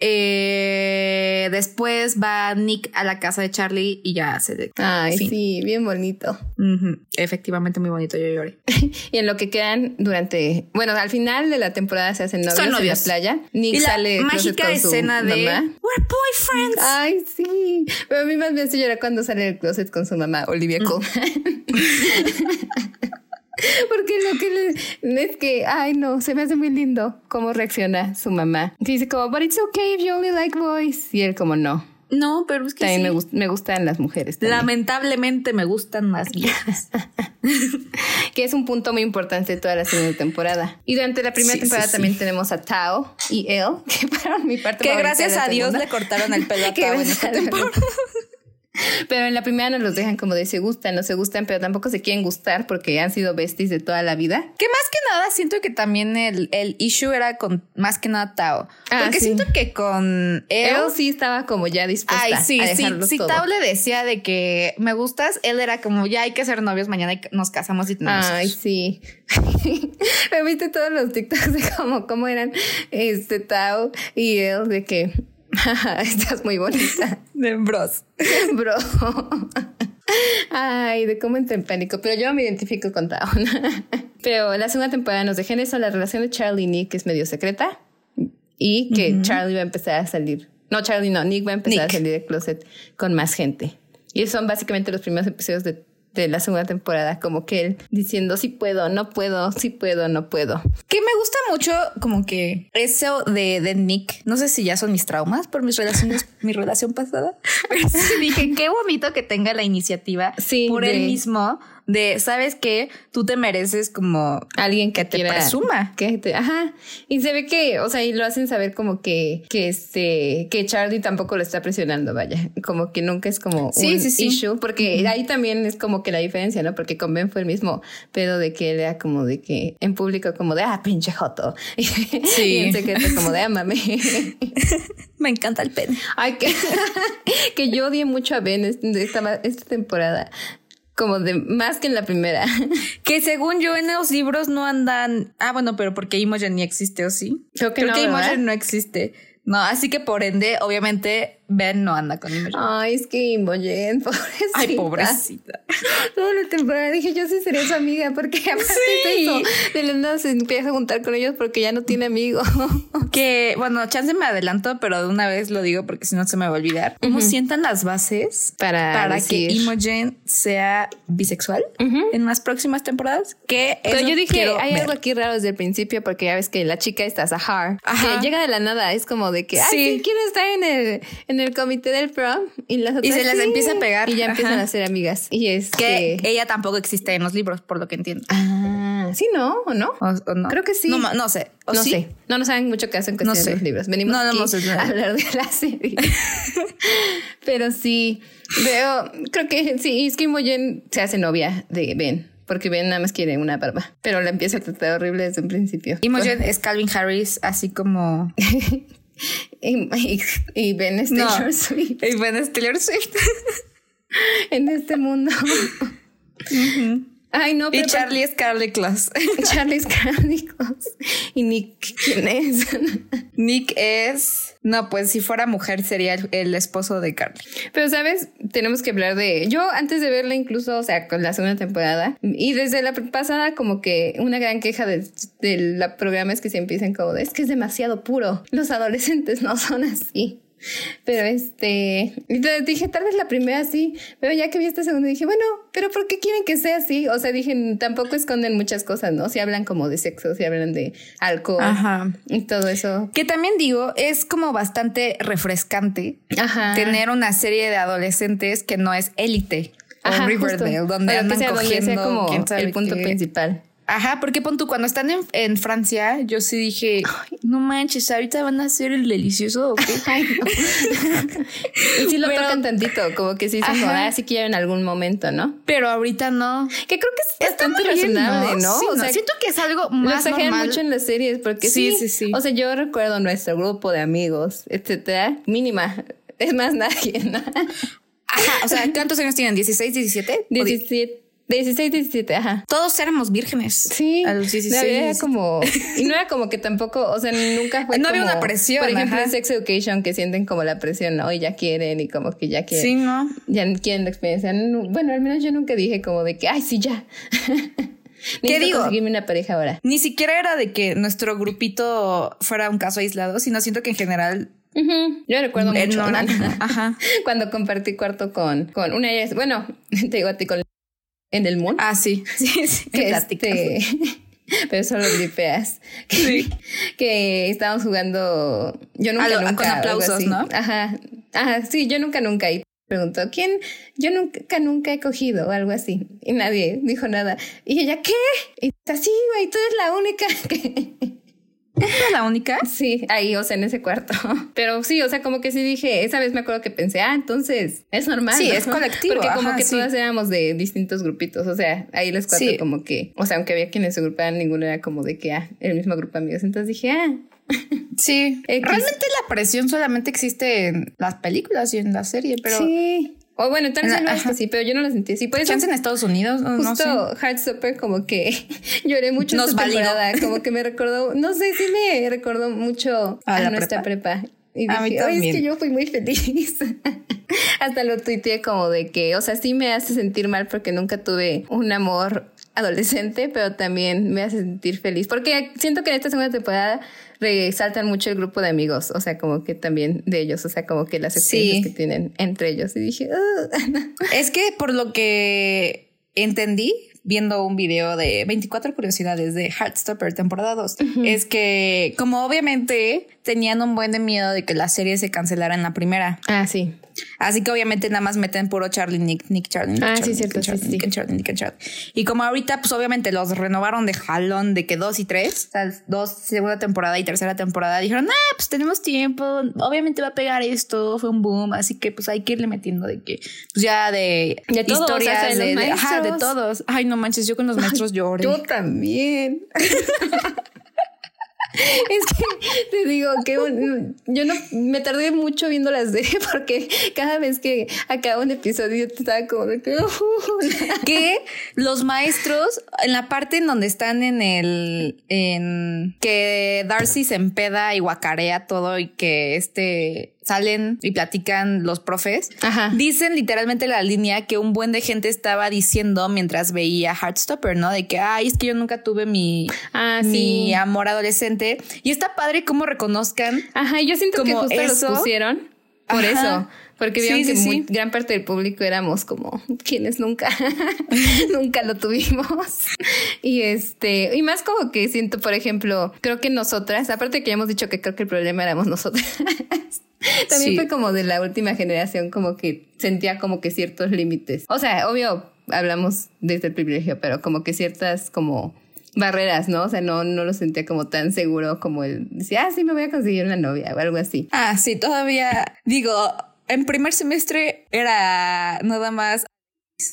Speaker 2: eh, después va Nick a la casa de Charlie y ya se de-
Speaker 1: Ay, sí.
Speaker 2: Fin.
Speaker 1: bien bonito.
Speaker 2: Ujú. Efectivamente, muy bonito. Yo lloré.
Speaker 1: Y en lo que quedan durante, bueno, al final de la temporada se hacen novios,
Speaker 2: Son
Speaker 1: en
Speaker 2: novios.
Speaker 1: la playa. Nick
Speaker 2: y la
Speaker 1: sale del closet
Speaker 2: mágica
Speaker 1: con su
Speaker 2: escena de
Speaker 1: mamá.
Speaker 2: We're boyfriends.
Speaker 1: Ay, sí. Pero a mí más me hace llorar cuando sale del closet con su mamá, Olivia
Speaker 2: Mm.
Speaker 1: Colman. Porque lo que le, es que, ay, no, se me hace muy lindo cómo reacciona su mamá. Que dice como, but it's okay if you only like boys. Y él como, no,
Speaker 2: No, pero es que
Speaker 1: también
Speaker 2: sí.
Speaker 1: me, gust- me gustan las mujeres. también".
Speaker 2: Lamentablemente me gustan más viejas.
Speaker 1: que es un punto muy importante de toda la segunda temporada. Y durante la primera
Speaker 2: Sí, sí,
Speaker 1: temporada
Speaker 2: sí.
Speaker 1: también tenemos a Tao y él, que para mi parte
Speaker 2: que
Speaker 1: favorita
Speaker 2: gracias
Speaker 1: de la
Speaker 2: a Dios
Speaker 1: segunda.
Speaker 2: le cortaron el pelo a
Speaker 1: Que
Speaker 2: Tao en
Speaker 1: gracias
Speaker 2: esta
Speaker 1: a Dios.
Speaker 2: temporada.
Speaker 1: Pero en la primera nos los dejan como de se gustan, no se gustan, pero tampoco se quieren gustar porque han sido besties de toda la vida.
Speaker 2: Que más que nada siento que también el, el issue era con más que nada Tao.
Speaker 1: Ah,
Speaker 2: Porque
Speaker 1: sí.
Speaker 2: siento que con él.
Speaker 1: Él sí estaba como ya dispuesta
Speaker 2: Ay, sí,
Speaker 1: a
Speaker 2: sí.
Speaker 1: dejarlo
Speaker 2: Si
Speaker 1: todo.
Speaker 2: Tao le decía de que me gustas, él era como ya hay que ser novios mañana y nos casamos y tenemos.
Speaker 1: Ay,
Speaker 2: hijos".
Speaker 1: sí. Me viste todos los TikToks de cómo, cómo eran este Tao y él de que estás muy bonita,
Speaker 2: De bros.
Speaker 1: bro. Ay, de cómo entré en pánico, pero yo me identifico con Tao. pero la segunda temporada nos dejan eso, la relación de Charlie y Nick es medio secreta y que Charlie va a empezar a salir. No, Charlie no, Nick va a empezar
Speaker 2: Nick.
Speaker 1: a salir del closet con más gente. Y son básicamente los primeros episodios de, de la segunda temporada, como que él diciendo, sí puedo, no puedo, sí puedo, no puedo.
Speaker 2: Que me gusta mucho como que eso de, de Nick. No sé si ya son mis traumas por mis relaciones, mi relación pasada. Pero sí dije, qué bonito que tenga la iniciativa
Speaker 1: Sí,
Speaker 2: por
Speaker 1: de-
Speaker 2: él mismo de, ¿sabes qué? Tú te mereces como
Speaker 1: Alguien que,
Speaker 2: te
Speaker 1: quiera-
Speaker 2: presuma.
Speaker 1: Que te- ajá. Y se ve que, o sea, y lo hacen saber como que, que este, que Charlie tampoco lo está presionando, vaya. Como que nunca es como
Speaker 2: Sí,
Speaker 1: un
Speaker 2: sí, sí.
Speaker 1: issue. Porque ahí también es como que la diferencia, ¿no? Porque con Ben fue el mismo pedo de que era como de que en público como de ah, pinche joto. y en secreto como de ah, mame.
Speaker 2: Me encanta el pene.
Speaker 1: Ay, que, que yo odié mucho a Ben es- de esta, esta temporada. Como de más que en la primera.
Speaker 2: Que según yo en los libros no andan. Ah, bueno, pero porque Imogen ni existe, ¿o sí?
Speaker 1: Creo que no,
Speaker 2: Imogen
Speaker 1: ¿verdad?
Speaker 2: no existe. No, así que por ende, obviamente, Ben no anda con Imogen.
Speaker 1: Ay, es que Imogen, pobrecita.
Speaker 2: Ay, pobrecita.
Speaker 1: Toda la temporada dije, yo sí sería su amiga, porque aparte
Speaker 2: Sí.
Speaker 1: es eso. De la nada se empieza a juntar con ellos porque ya no tiene amigo.
Speaker 2: Que, bueno, chance me adelanto, pero de una vez lo digo porque si no se me va a olvidar. ¿Cómo sientan las bases
Speaker 1: Para
Speaker 2: para
Speaker 1: decir-
Speaker 2: que Imogen sea bisexual en las próximas temporadas? Que
Speaker 1: Pero
Speaker 2: eso
Speaker 1: yo dije,
Speaker 2: quiero
Speaker 1: hay
Speaker 2: ver.
Speaker 1: algo aquí raro desde el principio, porque ya ves que la chica está Sahar,
Speaker 2: Ajá.
Speaker 1: que llega de la nada, es como de que, ay,
Speaker 2: Sí.
Speaker 1: sí, quiero estar en el, en el comité del prom. Y, las otras,
Speaker 2: se les
Speaker 1: "Sí".
Speaker 2: empieza a pegar.
Speaker 1: Y ya
Speaker 2: Ajá.
Speaker 1: empiezan a ser amigas. Y este, es
Speaker 2: que
Speaker 1: que...
Speaker 2: ella tampoco existe en los libros, por lo que entiendo.
Speaker 1: Ah, sí, ¿no? ¿O no?
Speaker 2: ¿O- o no?
Speaker 1: Creo que sí.
Speaker 2: No, ma- no sé. ¿O
Speaker 1: no
Speaker 2: sí?
Speaker 1: sé. No nos saben mucho caso en cuestión
Speaker 2: No sé.
Speaker 1: de los libros. Venimos
Speaker 2: No, no
Speaker 1: aquí
Speaker 2: hemos hecho
Speaker 1: a
Speaker 2: nada.
Speaker 1: hablar de la serie. Pero sí, veo, creo que sí, es que Imogen se hace novia de Ben, porque Ben nada más quiere una barba, pero la empieza a tratar horrible desde un principio.
Speaker 2: Imogen es Calvin Harris, así como.
Speaker 1: Y, y- y Ben es
Speaker 2: No.
Speaker 1: Taylor Swift
Speaker 2: Y bueno, es Taylor Swift.
Speaker 1: en este mundo. Ay, no,
Speaker 2: Y
Speaker 1: pero
Speaker 2: Charlie es Carly Claus.
Speaker 1: Charlie es Carlicos. Y Nick, ¿quién es?
Speaker 2: Nick es. No, pues si fuera mujer sería el, el esposo de Carly.
Speaker 1: Pero, ¿sabes? Tenemos que hablar de... Yo antes de verla incluso, o sea, con la segunda temporada, y desde la pasada como que una gran queja del de la programa es que se empiezan como de, es que es demasiado puro, los adolescentes no son así. Pero este, y te- dije, tal vez la primera sí, pero ya que vi esta segunda dije, bueno, pero ¿por qué quieren que sea así? O sea, dije, tampoco esconden muchas cosas, ¿no? Si hablan como de sexo, si hablan de alcohol
Speaker 2: Ajá.
Speaker 1: y todo eso.
Speaker 2: Que también digo, es como bastante refrescante
Speaker 1: Ajá.
Speaker 2: tener una serie de adolescentes que no es élite. O
Speaker 1: Ajá,
Speaker 2: Riverdale,
Speaker 1: justo.
Speaker 2: donde
Speaker 1: Pero que
Speaker 2: andan
Speaker 1: sea donde sea
Speaker 2: cogiendo
Speaker 1: como
Speaker 2: quién sabe
Speaker 1: el punto
Speaker 2: qué.
Speaker 1: principal.
Speaker 2: Ajá, porque pon tú, cuando están en, en Francia, yo sí dije, no manches, ahorita van a hacer el delicioso o qué?"
Speaker 1: Ay, no. y sí lo
Speaker 2: Pero-
Speaker 1: tocan tantito, como que sí se
Speaker 2: Ajá.
Speaker 1: moda, así que ya en algún momento, ¿no?
Speaker 2: Pero ahorita no.
Speaker 1: Que creo que es
Speaker 2: Está
Speaker 1: bastante
Speaker 2: muy bien,
Speaker 1: razonable, ¿no?
Speaker 2: Sí,
Speaker 1: o sea,
Speaker 2: siento que es algo
Speaker 1: lo
Speaker 2: más
Speaker 1: exageran
Speaker 2: normal.
Speaker 1: mucho en las series porque
Speaker 2: Sí,
Speaker 1: sí,
Speaker 2: sí, sí.
Speaker 1: O sea, yo recuerdo nuestro grupo de amigos, etcétera, mínima. Es más, nadie, ¿no?
Speaker 2: Ajá, o sea, ¿cuántos años tienen? ¿16, 17?
Speaker 1: 17, 16, 17, ajá.
Speaker 2: Todos éramos vírgenes.
Speaker 1: Sí,
Speaker 2: A los 16.
Speaker 1: no, era como, y no era como que tampoco, o sea, nunca fue
Speaker 2: No había
Speaker 1: como-
Speaker 2: una presión,
Speaker 1: Por ejemplo,
Speaker 2: ajá.
Speaker 1: en Sex Education que sienten como la presión, ¿no? Y ya quieren y como que ya quieren.
Speaker 2: Sí, ¿no?
Speaker 1: Ya quieren la experiencia. No, Bueno, al menos yo nunca dije como de que, ay, sí, ya. Necesito
Speaker 2: digo?
Speaker 1: conseguirme una pareja ahora.
Speaker 2: Ni siquiera era de que nuestro grupito fuera un caso aislado, sino siento que en general
Speaker 1: Ujú, Yo recuerdo
Speaker 2: eh,
Speaker 1: mucho
Speaker 2: no,
Speaker 1: una-
Speaker 2: no, Ajá.
Speaker 1: cuando compartí cuarto con, con una de ellas. Bueno, te digo a ti con en el mundo.
Speaker 2: Ah, sí. Sí, sí.
Speaker 1: que
Speaker 2: Qué plática.
Speaker 1: este- pero solo gripeas. Que,
Speaker 2: Sí.
Speaker 1: que estábamos jugando. Yo nunca,
Speaker 2: A lo-
Speaker 1: nunca.
Speaker 2: con
Speaker 1: algo
Speaker 2: aplausos,
Speaker 1: así.
Speaker 2: ¿no?
Speaker 1: Ajá. Ajá, sí, yo nunca, nunca. Y preguntó, ¿quién? Yo nunca, nunca he cogido o algo así. Y nadie dijo nada. Y ella, ¿qué? Y así, güey, tú eres la única. que-".
Speaker 2: ¿Era la única?
Speaker 1: sí, ahí, o sea, en ese cuarto. Pero sí, o sea, como que sí dije, esa vez me acuerdo que pensé, ah, entonces es normal.
Speaker 2: Sí,
Speaker 1: ¿no?".
Speaker 2: es colectivo,
Speaker 1: Porque como
Speaker 2: ajá,
Speaker 1: que
Speaker 2: sí.
Speaker 1: todas éramos de distintos grupitos. O sea, ahí los cuatro
Speaker 2: Sí.
Speaker 1: como que, o sea, aunque había quienes se agrupaban, ninguno era como de que, ah, el mismo grupo de amigos. Entonces dije, ah,
Speaker 2: Sí.
Speaker 1: X.
Speaker 2: Realmente la presión solamente existe en las películas y en la serie, pero.
Speaker 1: sí. O bueno, tal vez
Speaker 2: Ajá.
Speaker 1: no es que sí, pero yo no lo sentí así. Por eso
Speaker 2: Chance en Estados Unidos, no, no sé.
Speaker 1: Justo Heartstopper como que lloré mucho
Speaker 2: Nos
Speaker 1: esta
Speaker 2: validó.
Speaker 1: temporada, como que me recordó, no sé si me recordó mucho
Speaker 2: ¿A
Speaker 1: a,
Speaker 2: la
Speaker 1: nuestra prepa. Y
Speaker 2: A mí
Speaker 1: dije, "Ay, es
Speaker 2: también".
Speaker 1: que yo fui muy feliz. Hasta lo tuiteé como de que, o sea, sí me hace sentir mal porque nunca tuve un amor adolescente, pero también me hace sentir feliz. Porque siento que en esta segunda temporada resaltan mucho el grupo de amigos, o sea, como que también de ellos, o sea, como que las experiencias
Speaker 2: Sí.
Speaker 1: que tienen entre ellos. Y dije, "Ugh".
Speaker 2: Es que por lo que entendí viendo un video de 24 curiosidades de Heartstopper temporada 2, es que como obviamente tenían un buen de miedo de que la serie se cancelara en la primera.
Speaker 1: ah, sí.
Speaker 2: Así que obviamente nada más meten puro Charlie, Nick, Nick, Charlie. Nick,
Speaker 1: Ah,
Speaker 2: Charlie,
Speaker 1: sí,
Speaker 2: Nick,
Speaker 1: cierto, sí,
Speaker 2: Charlie,
Speaker 1: sí.
Speaker 2: Nick, Charlie, Nick, Charlie. Y como ahorita, pues obviamente los renovaron de jalón de que dos y tres, o sea, dos, segunda temporada y tercera temporada, dijeron, ah, pues tenemos tiempo, obviamente va a pegar esto, fue un boom, así que pues hay que irle metiendo de que, pues ya de,
Speaker 1: De todos,
Speaker 2: historias,
Speaker 1: o sea, de
Speaker 2: de,
Speaker 1: los
Speaker 2: de- ajá, de
Speaker 1: maestros.
Speaker 2: todos. Ay, no manches, yo con los maestros lloré.
Speaker 1: Yo también. Es que te digo que un- yo no me tardé mucho viendo la serie porque cada vez que acaba un episodio yo estaba como de que "Ujú".
Speaker 2: que los maestros, en la parte en donde están en el. en que Darcy se empeda y guacarea todo y que este salen y platican los profes.
Speaker 1: Ajá.
Speaker 2: Dicen literalmente la línea que un buen de gente estaba diciendo mientras veía Heartstopper, ¿no? De que, ay, es que yo nunca tuve mi,
Speaker 1: Ah,
Speaker 2: mi
Speaker 1: sí.
Speaker 2: amor adolescente. Y está padre cómo reconozcan
Speaker 1: Ajá, yo siento que
Speaker 2: Como
Speaker 1: justo
Speaker 2: eso.
Speaker 1: los pusieron por
Speaker 2: Ajá.
Speaker 1: eso, porque vieron
Speaker 2: Sí,
Speaker 1: que
Speaker 2: sí,
Speaker 1: muy-
Speaker 2: sí.
Speaker 1: gran parte del público éramos como quienes nunca nunca lo tuvimos. Y este, y más como que siento, por ejemplo, creo que nosotras, aparte que ya hemos dicho que creo que el problema éramos nosotras. También
Speaker 2: Sí.
Speaker 1: fue como de la última generación, como que sentía como que ciertos límites. O sea, obvio, hablamos desde el privilegio, pero como que ciertas como barreras, ¿no? O sea, no, no lo sentía como tan seguro como el decía, ah, sí, me voy a conseguir una novia o algo así.
Speaker 2: Ah, sí, todavía digo, en primer semestre era nada más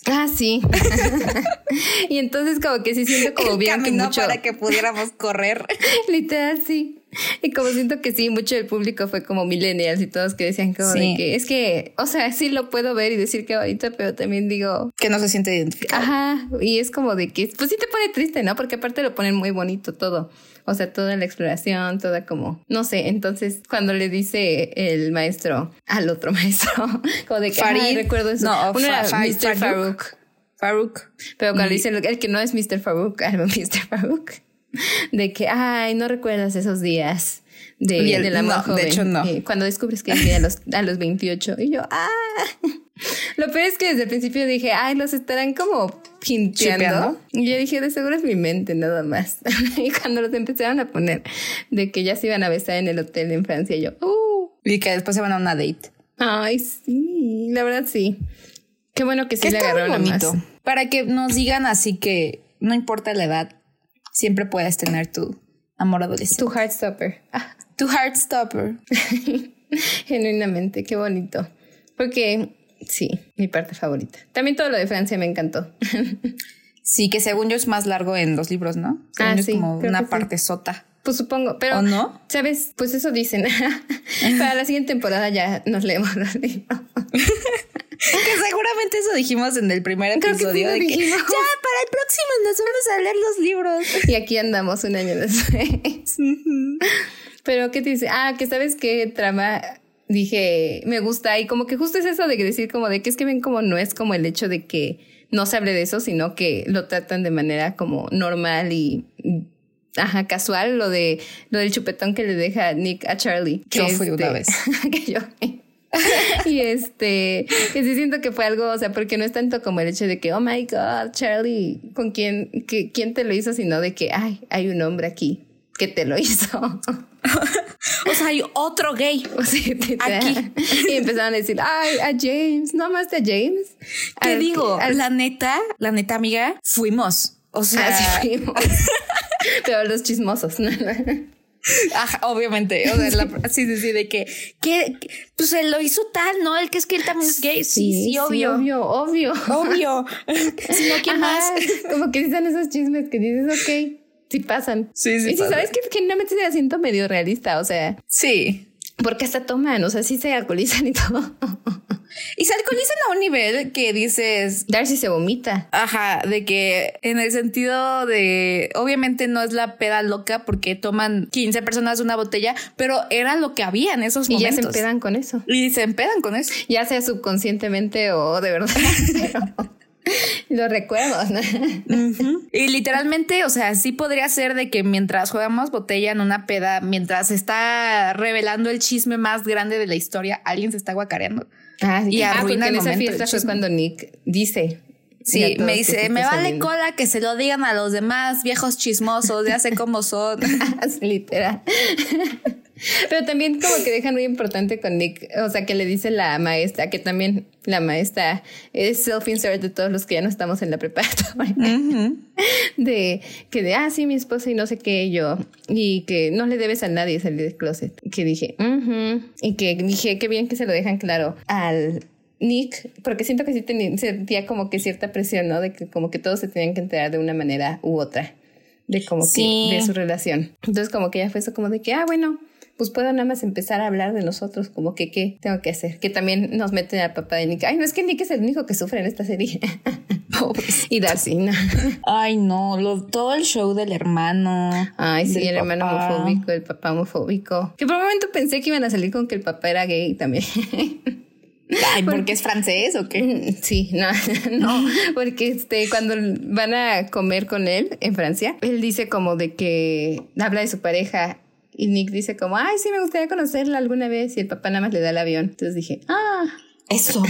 Speaker 1: Ah, sí. y entonces como que sí siento como
Speaker 2: el
Speaker 1: bien que
Speaker 2: camino
Speaker 1: mucho...
Speaker 2: para que pudiéramos correr.
Speaker 1: Literal, sí. Y como siento que sí, mucho del público fue como millennials y todos que decían como
Speaker 2: Sí.
Speaker 1: de que es que, o sea, sí lo puedo ver y decir que ahorita, pero también digo,
Speaker 2: Que no se siente identificado.
Speaker 1: ajá, y es como de que, pues sí te pone triste, ¿no? Porque aparte lo ponen muy bonito todo. O sea, toda la exploración, toda como, no sé, entonces cuando le dice el maestro al otro maestro, como de que,
Speaker 2: Farid.
Speaker 1: ay, Ah, recuerdo eso.
Speaker 2: No,
Speaker 1: Uno era
Speaker 2: Fa- Fa-
Speaker 1: Mr.
Speaker 2: Farruk.
Speaker 1: Farouk.
Speaker 2: Faruk.
Speaker 1: Pero cuando
Speaker 2: Y-
Speaker 1: dice el, el que no es Mr. Farouk, algo Mr. Farouk, de que, ay, no recuerdas esos días de,
Speaker 2: Y el-
Speaker 1: del amor
Speaker 2: no, de
Speaker 1: joven".
Speaker 2: hecho, no.
Speaker 1: Eh, cuando descubres que llegué a los, a los 28, y yo, ah. Lo peor es que desde el principio dije, ay, los estarán como
Speaker 2: Shipeando.
Speaker 1: hinteando. Y yo dije, de seguro es mi mente, nada más. y cuando los empezaron a poner de que ya se iban a besar en el hotel en Francia, yo, uh,
Speaker 2: Y que después se van a una date.
Speaker 1: ay, sí, la verdad sí. Qué bueno que sí
Speaker 2: Que
Speaker 1: le
Speaker 2: está muy
Speaker 1: agarraron más.
Speaker 2: bonito. Para que nos digan así que no importa la edad, siempre puedes tener tu amor adolescente.
Speaker 1: Tu Heartstopper. Ah.
Speaker 2: Tu, heartstopper.
Speaker 1: Genuinamente, qué bonito. Porque sí, mi parte favorita. También todo lo de Francia me encantó.
Speaker 2: Sí, que según yo es más largo en los libros, ¿no? Según
Speaker 1: Ah,
Speaker 2: yo
Speaker 1: sí,
Speaker 2: Es como
Speaker 1: creo
Speaker 2: una
Speaker 1: que sí.
Speaker 2: parte sota.
Speaker 1: Pues supongo, pero
Speaker 2: ¿O no?
Speaker 1: ¿Sabes? Pues eso dicen. Para la siguiente temporada ya nos leemos los libros.
Speaker 2: Que seguramente eso dijimos en el primer
Speaker 1: Creo que sí
Speaker 2: episodio.
Speaker 1: lo
Speaker 2: de que, ya,
Speaker 1: dijimos.
Speaker 2: para el próximo nos vamos a leer los libros.
Speaker 1: Y aquí andamos un año después. Pero ¿qué te dice? Ah, que sabes qué trama dije, me gusta. Y como que justo es eso de decir como de que es que ven como no es como el hecho de que no se hable de eso, sino que lo tratan de manera como normal y ajá, casual, lo de lo del chupetón que le deja Nick a Charlie. que este,
Speaker 2: Yo fui una vez.
Speaker 1: que yo y este, que sí siento que fue algo, o sea, porque no es tanto como el hecho de que, oh my God, Charlie, ¿con quién, que, quién te lo hizo? Sino de que, ay, hay un hombre aquí que te lo hizo.
Speaker 2: O sea, hay otro gay.
Speaker 1: O sea, te- te-
Speaker 2: Aquí.
Speaker 1: Y empezaron a decir, ay, a James, no más de James.
Speaker 2: Te
Speaker 1: Al-
Speaker 2: digo,
Speaker 1: al-
Speaker 2: la neta, la neta, amiga, fuimos. O sea,
Speaker 1: así fuimos. Pero los chismosos, ¿no?
Speaker 2: ajá, obviamente. O sea, la- sí, sí, sí, de que, que, pues se lo hizo tal, ¿no? El que es que él también es gay. Sí, sí, obvio. obvio.
Speaker 1: obvio, obvio.
Speaker 2: si no, ¿quién más?
Speaker 1: Ajá, Como que sí son esos chismes que dices, ok, sí pasan.
Speaker 2: Sí, sí
Speaker 1: Y si
Speaker 2: pasan.
Speaker 1: sabes que generalmente se siento medio realista, o sea,
Speaker 2: Sí.
Speaker 1: porque hasta toman, o sea, sí se alcoholizan y todo.
Speaker 2: Y se alcoholizan a un nivel que dices,
Speaker 1: Darcy se vomita.
Speaker 2: Ajá, de que en el sentido de, obviamente no es la peda loca porque toman 15 personas una botella, pero era lo que había en esos
Speaker 1: Y ya
Speaker 2: momentos.
Speaker 1: se empedan con eso.
Speaker 2: Y se empedan con eso.
Speaker 1: Ya sea subconscientemente o de verdad. pero Los recuerdos, ¿no?
Speaker 2: Ah, Y literalmente, o sea, sí podría ser de que mientras jugamos botella en una peda, mientras se está revelando el chisme más grande de la historia, alguien se está guacareando.
Speaker 1: Ah,
Speaker 2: Y
Speaker 1: ah, porque
Speaker 2: arruina el
Speaker 1: en esa
Speaker 2: momento,
Speaker 1: fiesta
Speaker 2: el
Speaker 1: fue
Speaker 2: chisme.
Speaker 1: cuando Nick dice. ya
Speaker 2: Sí,
Speaker 1: todos
Speaker 2: me
Speaker 1: que
Speaker 2: dice,
Speaker 1: sí
Speaker 2: me
Speaker 1: está
Speaker 2: vale
Speaker 1: saliendo".
Speaker 2: cola que se lo digan a los demás viejos chismosos, ya sé cómo son.
Speaker 1: Literal. Pero también como que dejan muy importante con Nick, o sea, que le dice la maestra, que también la maestra es self-insert de todos los que ya no estamos en la preparatoria, uh -huh. de que de, ah, sí, mi esposa y no sé qué, yo, y que no le debes a nadie salir del closet, que dije, uh -huh. y que dije, qué bien que se lo dejan claro al... Nick, porque siento que sí tenía, sentía como que cierta presión, ¿no? De que como que todos se tenían que enterar de una manera u otra, de como sí. que, de su relación. Entonces como que ya fue eso como de que, ah, bueno, pues puedo nada más empezar a hablar de nosotros, como que qué tengo que hacer. Que también nos meten al papá de Nick. Ay, no es que Nick es el único que sufre en esta serie. y Darcy, no.
Speaker 2: Ay, no, lo, todo el show del hermano.
Speaker 1: Ay, sí, el papá. hermano homofóbico, el papá homofóbico. Que por un momento pensé que iban a salir con que el papá era gay también.
Speaker 2: Ay, porque, porque es francés o qué?
Speaker 1: Mm, Sí, no, no, porque este, cuando van a comer con él en Francia, él dice como de que habla de su pareja y Nick dice como, ay, sí, me gustaría conocerla alguna vez. Y el papá nada más le da el avión. Entonces dije, ah.
Speaker 2: Eso.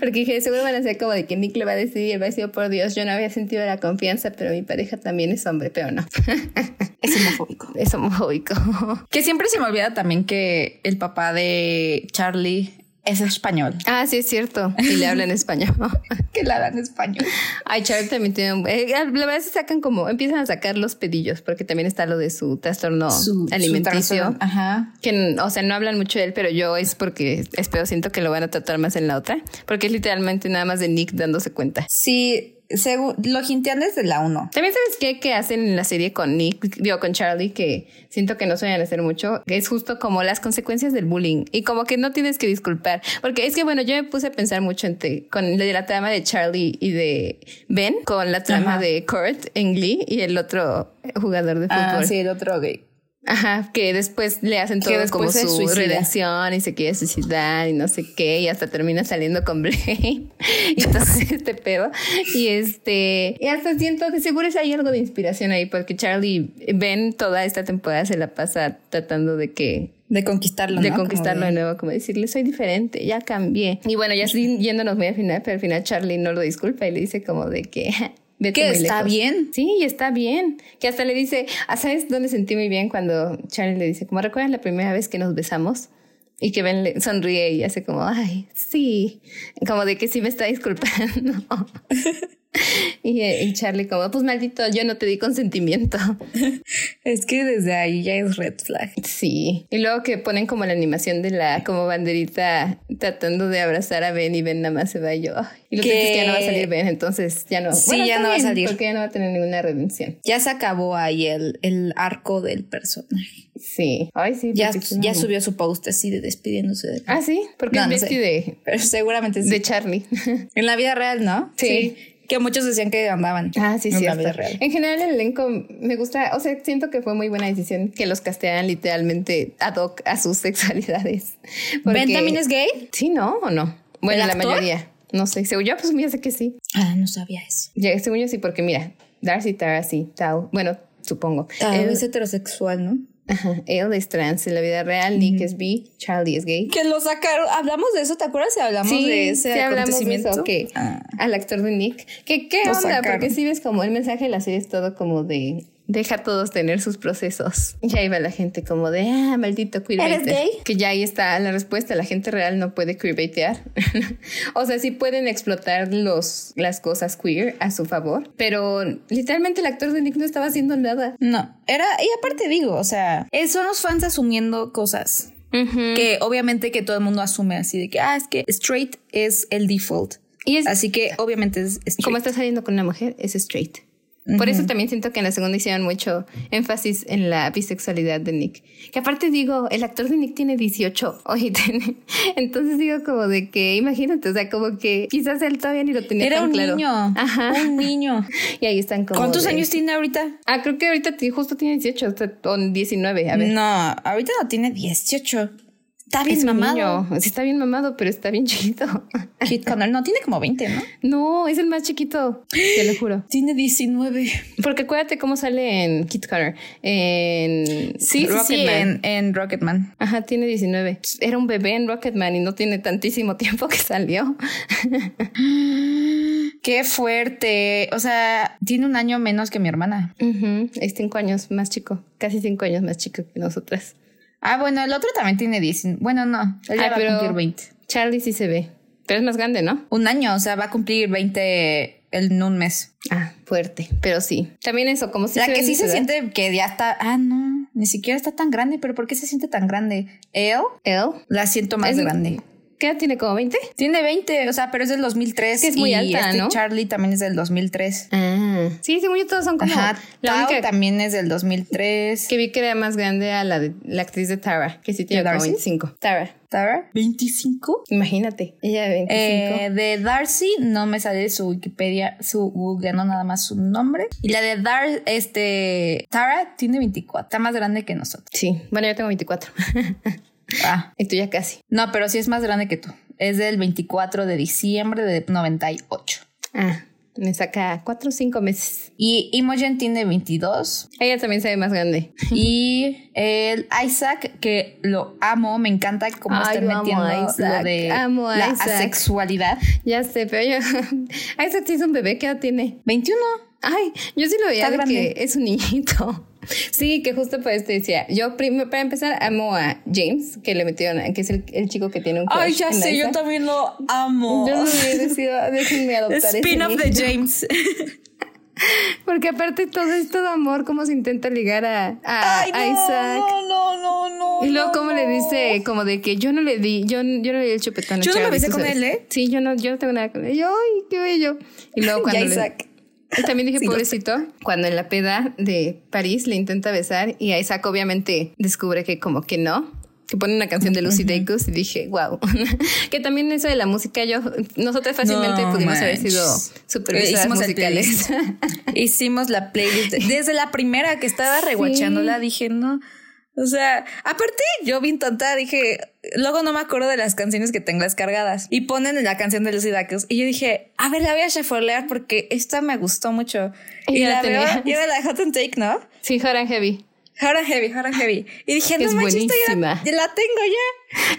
Speaker 1: Porque dije, seguro van a ser como de que Nick le va a decir, y él va a decir, "Oh, por Dios, yo no había sentido la confianza, pero mi pareja también es hombre, pero no.
Speaker 2: Es homofóbico.
Speaker 1: Es homofóbico.
Speaker 2: Que siempre se me olvida también que el papá de Charlie es español.
Speaker 1: Ah, sí, es cierto. Y le hablan español.
Speaker 2: que le hablan español.
Speaker 1: Ay, Charlie también tiene un... Eh, la verdad es que sacan como... Empiezan a sacar los pedillos, porque también está lo de su trastorno su, alimenticio. Su trastorno.
Speaker 2: Ajá.
Speaker 1: Que, o sea, no hablan mucho de él, pero yo es porque espero, siento que lo van a tratar más en la otra. Porque es literalmente nada más de Nick dándose cuenta.
Speaker 2: Sí, según lo jintean desde la 1.
Speaker 1: También sabes qué que hacen en la serie con Nick, digo con Charlie, que siento que no suelen hacer mucho, que es justo como las consecuencias del bullying y como que no tienes que disculpar, porque es que bueno, yo me puse a pensar mucho entre con de la trama de Charlie y de Ben, con la trama Ajá. de Kurt en Glee y el otro jugador de fútbol. Ah,
Speaker 2: sí, el otro gay.
Speaker 1: Ajá, que después le hacen todo como su suicida. redención y se quiere suicidar y no sé qué, y hasta termina saliendo con Blaine y todo este pedo. Y este, y hasta siento que seguro hay algo de inspiración ahí, porque Charlie Ben toda esta temporada se la pasa tratando de que
Speaker 2: de conquistarlo,
Speaker 1: De
Speaker 2: ¿no?
Speaker 1: conquistarlo de... de nuevo, como decirle, soy diferente, ya cambié. Y bueno, ya estoy yéndonos muy al final, pero al final Charlie no lo disculpa y le dice como de que
Speaker 2: que está bien.
Speaker 1: Sí, está bien. Que hasta le dice, "Ah, ¿sabes dónde sentí muy bien cuando Charlie le dice, como recuerdas la primera vez que nos besamos? Y que Ben le sonríe y hace como, ay, sí, como de que sí me está disculpando. y, y, Charlie como, pues maldito, yo no te di consentimiento.
Speaker 2: es que desde ahí ya es red flag.
Speaker 1: Sí. Y luego que ponen como la animación de la como banderita tratando de abrazar a Ben y Ben nada más se va y yo. Ay. Y lo que es que ya no va a salir Ben, entonces ya no.
Speaker 2: Sí, bueno, ya no va a salir.
Speaker 1: Porque ya no va a tener ninguna redención.
Speaker 2: Ya se acabó ahí el, el arco del personaje.
Speaker 1: Sí. Ay, sí.
Speaker 2: Ya, ya subió su post así de despidiéndose de
Speaker 1: Ah, sí, porque no, es no de.
Speaker 2: Pero seguramente sí.
Speaker 1: De Charlie.
Speaker 2: en la vida real, ¿no?
Speaker 1: Sí. sí.
Speaker 2: Que muchos decían que andaban.
Speaker 1: Ah, sí, en sí. La vida real. En general, el elenco me gusta. O sea, siento que fue muy buena decisión que los castearan literalmente ad hoc a sus sexualidades.
Speaker 2: Porque... ¿Ben también es gay?
Speaker 1: Sí, ¿no? ¿O no? Bueno, la mayoría. No sé. Según yo, pues mira, sé que sí.
Speaker 2: Ah, no sabía eso.
Speaker 1: Ya, según yo, sí, porque mira, Darcy, Tarasi, Tao. Bueno, supongo.
Speaker 2: Tao Él... Ah, es heterosexual, ¿no?
Speaker 1: Ajá. Él es trans en la vida real, uh -huh. Nick es bi, Charlie es gay.
Speaker 2: Que lo sacaron, hablamos de eso, ¿te acuerdas? Si hablamos
Speaker 1: sí,
Speaker 2: de ese
Speaker 1: si
Speaker 2: acontecimiento.
Speaker 1: Hablamos de eso, que ah. Al actor de Nick. Que qué lo onda, sacaron. porque si ves como el mensaje de la serie es todo como de deja a todos tener sus procesos. Y ahí va la gente como de, ah, maldito queerbaiter.
Speaker 2: gay?
Speaker 1: Que ya ahí está la respuesta, la gente real no puede queerbaitear. o sea, sí pueden explotar los, las cosas queer a su favor, pero literalmente el actor de Nick no estaba haciendo nada.
Speaker 2: No, era, y aparte digo, o sea, eh, son los fans asumiendo cosas. Uh
Speaker 1: Mm.
Speaker 2: -huh. Que obviamente que todo el mundo asume así de que, ah, es que straight es el default. Y es, así que obviamente es straight.
Speaker 1: Como estás saliendo con una mujer, es straight. Por eso también siento que en la segunda hicieron mucho énfasis en la bisexualidad de Nick. Que aparte digo, el actor de Nick tiene 18. Oye, tiene. Entonces digo como de que, imagínate, o sea, como que quizás él todavía ni lo tenía
Speaker 2: Era
Speaker 1: tan
Speaker 2: un
Speaker 1: claro.
Speaker 2: niño. Ajá. Un niño.
Speaker 1: Y ahí están como
Speaker 2: ¿Cuántos
Speaker 1: de...
Speaker 2: años tiene ahorita?
Speaker 1: Ah, creo que ahorita justo tiene 18, o 19, a ver.
Speaker 2: No, ahorita no tiene 18. Está bien es mamado. Niño.
Speaker 1: Sí, está bien mamado, pero está bien chiquito.
Speaker 2: Kit Connor no tiene como 20, ¿no?
Speaker 1: No, es el más chiquito, te lo juro.
Speaker 2: Tiene 19.
Speaker 1: Porque acuérdate cómo sale en Kit Connor. En
Speaker 2: sí, Rocketman. Sí, sí, en, en, Rocketman.
Speaker 1: Ajá, tiene 19. Era un bebé en Rocketman y no tiene tantísimo tiempo que salió.
Speaker 2: Qué fuerte. O sea, tiene un año menos que mi hermana.
Speaker 1: Uh -huh. Es cinco años más chico, casi cinco años más chico que nosotras.
Speaker 2: Ah, bueno, el otro también tiene 10. Bueno, no, él ya
Speaker 1: Ah,
Speaker 2: va
Speaker 1: pero-
Speaker 2: a cumplir 20.
Speaker 1: Charlie sí se ve. Pero es más grande, ¿no?
Speaker 2: Un año, o sea, va a cumplir 20 en un mes.
Speaker 1: Ah, fuerte. Pero sí. También eso, como si
Speaker 2: La que sí se siente que ya está. Ah, no, ni siquiera está tan grande, pero ¿por qué se siente tan grande? Él
Speaker 1: Él.
Speaker 2: la siento más
Speaker 1: Es-
Speaker 2: grande.
Speaker 1: ¿Qué edad tiene? ¿Como 20?
Speaker 2: Tiene 20, o sea, pero es del 2003.
Speaker 1: Es que es muy
Speaker 2: y
Speaker 1: alta,
Speaker 2: este
Speaker 1: ¿no?
Speaker 2: Charlie también es del 2003.
Speaker 1: Ah. Sí, según yo todos son como.
Speaker 2: Ajá,
Speaker 1: la
Speaker 2: Tao
Speaker 1: única
Speaker 2: también es del 2003.
Speaker 1: que vi que era más grande a la, de, la actriz de Tara, que sí tiene
Speaker 2: ¿De
Speaker 1: como
Speaker 2: Darcy?
Speaker 1: 25. Tara,
Speaker 2: ¿Tara? ¿25?
Speaker 1: imagínate, ella de 25.
Speaker 2: Eh, de Darcy no me sale su Wikipedia, su Google, no nada más su nombre. Y la de Dar, este, Tara tiene 24, está más grande que nosotros.
Speaker 1: Sí, bueno, yo tengo 24.
Speaker 2: Ah,
Speaker 1: y tú ya casi.
Speaker 2: no, pero sí es más grande que tú. Es del 24 de diciembre de 98.
Speaker 1: Ah, me saca 4 o 5 meses.
Speaker 2: Y Imogen tiene 22.
Speaker 1: Ella también se ve más grande.
Speaker 2: Y el Isaac, que lo amo, me encanta cómo
Speaker 1: Ay,
Speaker 2: están
Speaker 1: yo amo
Speaker 2: metiendo
Speaker 1: a
Speaker 2: lo
Speaker 1: Isaac,
Speaker 2: de
Speaker 1: amo a
Speaker 2: la
Speaker 1: Isaac.
Speaker 2: asexualidad.
Speaker 1: Ya sé, pero yo. Ay, esa sí es un bebé, ¿qué edad tiene?
Speaker 2: 21.
Speaker 1: Ay, yo sí lo veía
Speaker 2: Está
Speaker 1: de
Speaker 2: grande.
Speaker 1: que es un niñito. Sí, que justo por esto decía. Yo primero, para empezar, amo a James, que le metieron, que es el, el chico que tiene un crush en Isaac.
Speaker 2: también lo amo.
Speaker 1: Yo sí hubiera decido, déjenme adoptar ese
Speaker 2: Spin off de
Speaker 1: niño".
Speaker 2: James.
Speaker 1: Porque aparte todo es todo amor, cómo se intenta ligar a, a
Speaker 2: Ay, no,
Speaker 1: Ah, Isaac.
Speaker 2: No, no, no, no.
Speaker 1: Y luego cómo
Speaker 2: no,
Speaker 1: le
Speaker 2: no.
Speaker 1: dice, como de que yo no le di, yo, yo no le di el chupetón. a
Speaker 2: Yo no me
Speaker 1: Charlie,
Speaker 2: besé
Speaker 1: tú
Speaker 2: con
Speaker 1: sabes.
Speaker 2: él, ¿eh?
Speaker 1: Sí, yo no, yo no tengo nada con él. Yo, ay, qué bello. Y luego cuando
Speaker 2: Y
Speaker 1: le-
Speaker 2: Isaac.
Speaker 1: Y también dije,
Speaker 2: Sí, lo sé.
Speaker 1: pobrecito, cuando en la peda de París le intenta besar y a Isaac obviamente descubre que como que no, que pone una canción de Lucy Dacus y dije, wow, que también eso de la música, yo, nosotros fácilmente
Speaker 2: No
Speaker 1: pudimos haber
Speaker 2: manches. Eh,
Speaker 1: sido supervisoras
Speaker 2: Hicimos el
Speaker 1: musicales.
Speaker 2: Hicimos la playlist. Desde la primera que estaba
Speaker 1: Sí.
Speaker 2: rewachándola, dije, no. O sea, aparte yo bien tonta, dije, luego no me acuerdo de las canciones que tengo las cargadas. Y ponen la canción de Lucy Dacus. Y yo dije, a ver, la voy a shufflear porque esta me gustó mucho.
Speaker 1: Y
Speaker 2: Y,
Speaker 1: ya
Speaker 2: la
Speaker 1: la
Speaker 2: veo,
Speaker 1: tenías.
Speaker 2: y era la de Hot and Take, ¿no?
Speaker 1: sí, Hot and Heavy.
Speaker 2: Hot and Heavy, Hot and Heavy. Y dije,
Speaker 1: Es
Speaker 2: no manches, esta ya la,
Speaker 1: buenísima.
Speaker 2: ya la tengo ya.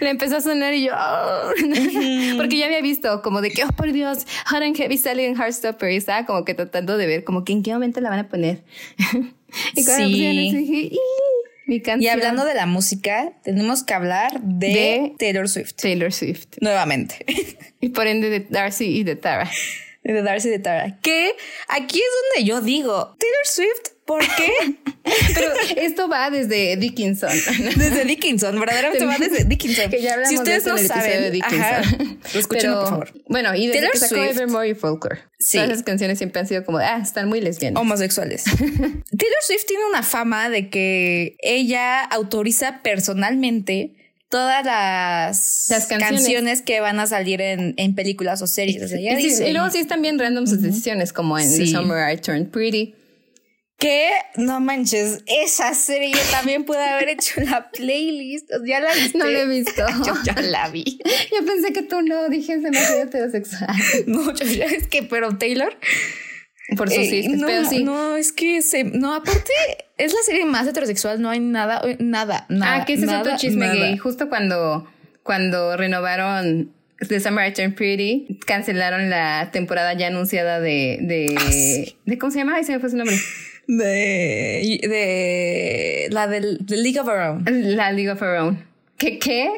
Speaker 1: Le empezó a sonar y yo, "Oh". porque ya había visto como de que, oh por Dios, Hot and Heavy sale en Heartstopper y estaba como que tratando de ver como que en qué momento la van a poner. y cuando la
Speaker 2: Sí.
Speaker 1: pusieron eso, dije, "Ih, mi canción.
Speaker 2: Y hablando de la música, tenemos que hablar de,
Speaker 1: De-
Speaker 2: Taylor Swift.
Speaker 1: Taylor Swift.
Speaker 2: Nuevamente.
Speaker 1: Y por ende de Darcy y de Tara.
Speaker 2: de Darcy de Tara. Que aquí es donde yo digo, Taylor Swift, ¿por qué?
Speaker 1: Pero esto va desde Dickinson.
Speaker 2: desde Dickinson, verdaderamente va desde Dickinson.
Speaker 1: Que ya hablamos
Speaker 2: si ustedes
Speaker 1: de
Speaker 2: no
Speaker 1: esto en el episodio de
Speaker 2: saben,
Speaker 1: Dickinson.
Speaker 2: ajá, escúchenlo,
Speaker 1: Pero,
Speaker 2: por favor.
Speaker 1: Bueno, y desde
Speaker 2: Taylor
Speaker 1: que sacó
Speaker 2: Swift.
Speaker 1: Evermore y Folklore.
Speaker 2: Sí.
Speaker 1: Todas esas canciones siempre han sido como, ah, están muy lesbianas.
Speaker 2: Homosexuales. Taylor Swift tiene una fama de que ella autoriza personalmente todas las,
Speaker 1: Las canciones.
Speaker 2: que van a salir en, en películas o series. O sea, ella
Speaker 1: Y, sí-
Speaker 2: dice,
Speaker 1: y luego sí están bien random sus decisiones, como en The
Speaker 2: Sí.
Speaker 1: Summer I Turned Pretty.
Speaker 2: Que no manches, esa serie yo también pude haber hecho la playlist. Ya la viste.
Speaker 1: No la he visto.
Speaker 2: Yo ya la vi.
Speaker 1: Yo pensé que tú no, dije es demasiado heterosexual.
Speaker 2: No, yo ya es que, pero Taylor.
Speaker 1: Por sus
Speaker 2: eh,
Speaker 1: hijos,
Speaker 2: no,
Speaker 1: pero sí.
Speaker 2: no, es que se. No, aparte, es la serie más heterosexual. No hay nada, eh, nada, nada.
Speaker 1: ah, que ese es otro
Speaker 2: nada,
Speaker 1: chisme
Speaker 2: nada.
Speaker 1: gay. Justo cuando, cuando renovaron The Summer I Turned Pretty, cancelaron la temporada ya anunciada de. de, de ¿Cómo se llama? Ahí se me fue su nombre.
Speaker 2: De, de la del de League of Our Own.
Speaker 1: La League of Her Own. ¿Qué qué?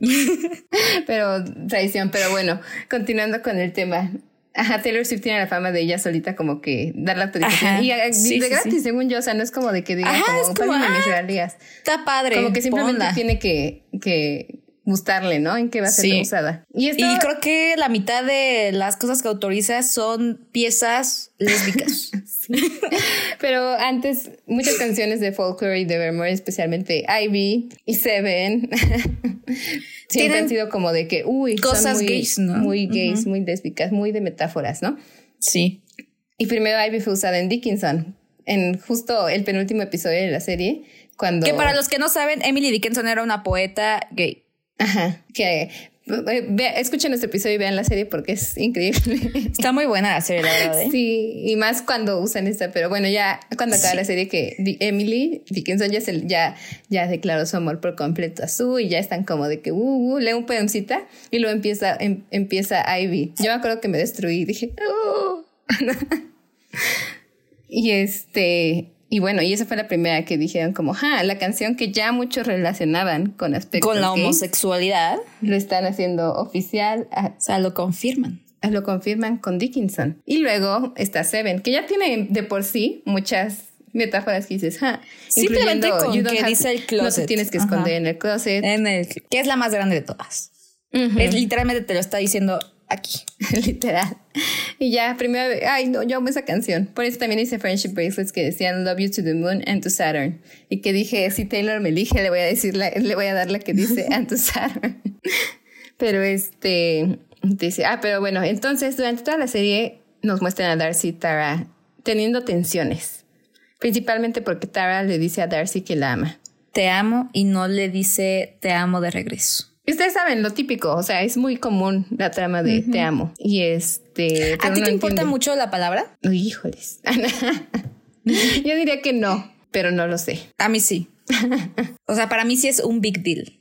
Speaker 1: pero traición, pero bueno, continuando con el tema. Ajá, Taylor Swift tiene la fama de ella solita como que dar la autorización.
Speaker 2: Ajá,
Speaker 1: y ah,
Speaker 2: sí,
Speaker 1: de
Speaker 2: sí,
Speaker 1: gratis, según yo, o sea, no es como de que diga
Speaker 2: Ajá,
Speaker 1: como,
Speaker 2: es como,
Speaker 1: "Páguenme mis
Speaker 2: ah,
Speaker 1: regalías".
Speaker 2: Está padre.
Speaker 1: Como que simplemente
Speaker 2: ponla.
Speaker 1: tiene que, que gustarle, ¿no? En qué va a ser
Speaker 2: Sí.
Speaker 1: usada. Y esto,
Speaker 2: Y creo que la mitad de las cosas que autoriza son piezas lésbicas.
Speaker 1: pero antes, muchas canciones de Folklore y de Evermore, especialmente Ivy y Seven, siempre
Speaker 2: Tienen
Speaker 1: han sido como de que, uy, son
Speaker 2: cosas
Speaker 1: muy,
Speaker 2: gays, ¿no?
Speaker 1: Muy gays, muy lésbicas, muy de metáforas, ¿no?
Speaker 2: Sí.
Speaker 1: Y primero Ivy fue usada en Dickinson, en justo el penúltimo episodio de la serie, cuando...
Speaker 2: Que para los que no saben, Emily Dickinson era una poeta gay.
Speaker 1: Ajá, que... ve- ve- escuchen este episodio y vean la serie porque es increíble.
Speaker 2: Está muy buena la serie, la verdad. ¿eh?
Speaker 1: Sí, y más cuando usan esta, pero bueno, ya cuando acaba la serie que Di- Emily Dickinson ya, se, ya, ya declaró su amor por completo a Sue y ya están como de que, uh, uh, lee un poemcita y luego empieza, em- empieza Ivy. Yo me "Oh". acuerdo que me destruí, dije, "Uh". y este, Y bueno, y esa fue la primera que dijeron como, ja, la canción que ya muchos relacionaban con aspectos
Speaker 2: Con la
Speaker 1: gay,
Speaker 2: homosexualidad.
Speaker 1: lo están haciendo oficial, a-
Speaker 2: O sea, lo confirman.
Speaker 1: a- lo confirman con Dickinson. Y luego está Seven, que ya tiene de por sí muchas metáforas que dices, ja,
Speaker 2: Simplemente
Speaker 1: incluyendo
Speaker 2: con
Speaker 1: you don't
Speaker 2: que
Speaker 1: have-
Speaker 2: dice el
Speaker 1: No te
Speaker 2: closet.
Speaker 1: tienes que
Speaker 2: Ajá.
Speaker 1: esconder en el closet.
Speaker 2: En el, que es la más grande de todas.
Speaker 1: Ujú.
Speaker 2: Es, literalmente te lo está diciendo aquí.
Speaker 1: Literal. Y ya, primera vez, ay, no, yo amo esa canción. Por eso también hice Friendship Bracelets que decían Love You to the Moon and to Saturn. Y que dije, si Taylor me elige, le voy a decir, la- le voy a dar la que dice and to Saturn. pero este, dice, ah, pero bueno, entonces durante toda la serie nos muestran a Darcy y Tara teniendo tensiones. Principalmente porque Tara le dice a Darcy que la ama.
Speaker 2: Te amo y no le dice te amo de regreso.
Speaker 1: Y Ustedes saben lo típico, o sea, es muy común la trama de te amo. Y este.
Speaker 2: ¿A
Speaker 1: pero
Speaker 2: ti
Speaker 1: no
Speaker 2: te importa
Speaker 1: entienden.
Speaker 2: mucho la palabra?
Speaker 1: Uy, Híjoles. Yo diría que no, pero no lo sé.
Speaker 2: A mí sí. o sea, para mí sí es un big deal.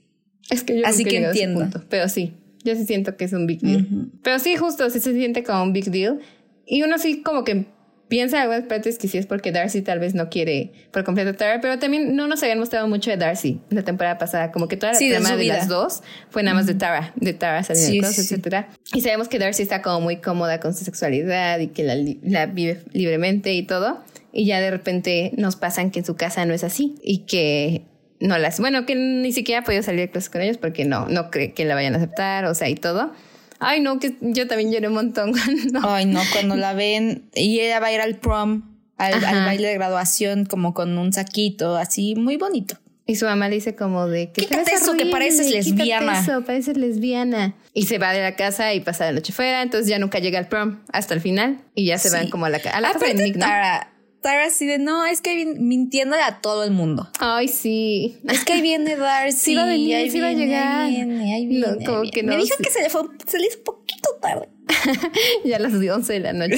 Speaker 1: Es que yo
Speaker 2: Así
Speaker 1: nunca he
Speaker 2: que
Speaker 1: llegado a ese
Speaker 2: entiendo.
Speaker 1: punto, pero sí, yo sí siento que es un big deal. Pero sí, justo, sí se siente como un big deal. Y uno sí como que piensa en algunas partes que sí es porque Darcy tal vez no quiere por completo a Tara, pero también no nos habían mostrado mucho de Darcy la temporada pasada. Como que toda la
Speaker 2: Sí, de
Speaker 1: trama
Speaker 2: su
Speaker 1: de
Speaker 2: vida.
Speaker 1: las dos fue nada más de Tara, de Tara saliendo
Speaker 2: Sí,
Speaker 1: del closet,
Speaker 2: sí, sí.
Speaker 1: etcétera. Y sabemos que Darcy está como muy cómoda con su sexualidad y que la, li- la vive libremente y todo. Y ya de repente nos pasan que en su casa no es así y que no las, bueno, que ni siquiera ha podido salir de clase con ellos porque no, no cree que la vayan a aceptar, o sea, y todo. Ay, no, que yo también lloré un montón cuando
Speaker 2: Ay, no, cuando la ven y ella va a ir al prom, al, al
Speaker 1: Ajá.
Speaker 2: baile de graduación, como con un saquito, así muy bonito.
Speaker 1: Y su mamá le dice como de que
Speaker 2: Quítate eso, que pareces lesbiana.
Speaker 1: Eso, pareces lesbiana. Y se va de la casa y pasa la noche fuera, entonces ya nunca llega al prom hasta el final y ya se van
Speaker 2: Sí.
Speaker 1: como a la, ca- a la casa de
Speaker 2: Ah, Aparte,
Speaker 1: Nick, ¿no?
Speaker 2: Tara, Tara así de no, es que vin- mintiéndole a todo el mundo.
Speaker 1: Ay, sí.
Speaker 2: Es que ahí viene Darcy.
Speaker 1: Sí va a venir,
Speaker 2: ahí
Speaker 1: sí va a
Speaker 2: viene,
Speaker 1: llegar.
Speaker 2: Ahí viene, ahí
Speaker 1: No,
Speaker 2: viene,
Speaker 1: como
Speaker 2: ahí
Speaker 1: que
Speaker 2: viene.
Speaker 1: no,
Speaker 2: Me dijo
Speaker 1: sí.
Speaker 2: que se le fue, se le hizo poquito tarde.
Speaker 1: ya a las 11 de la noche.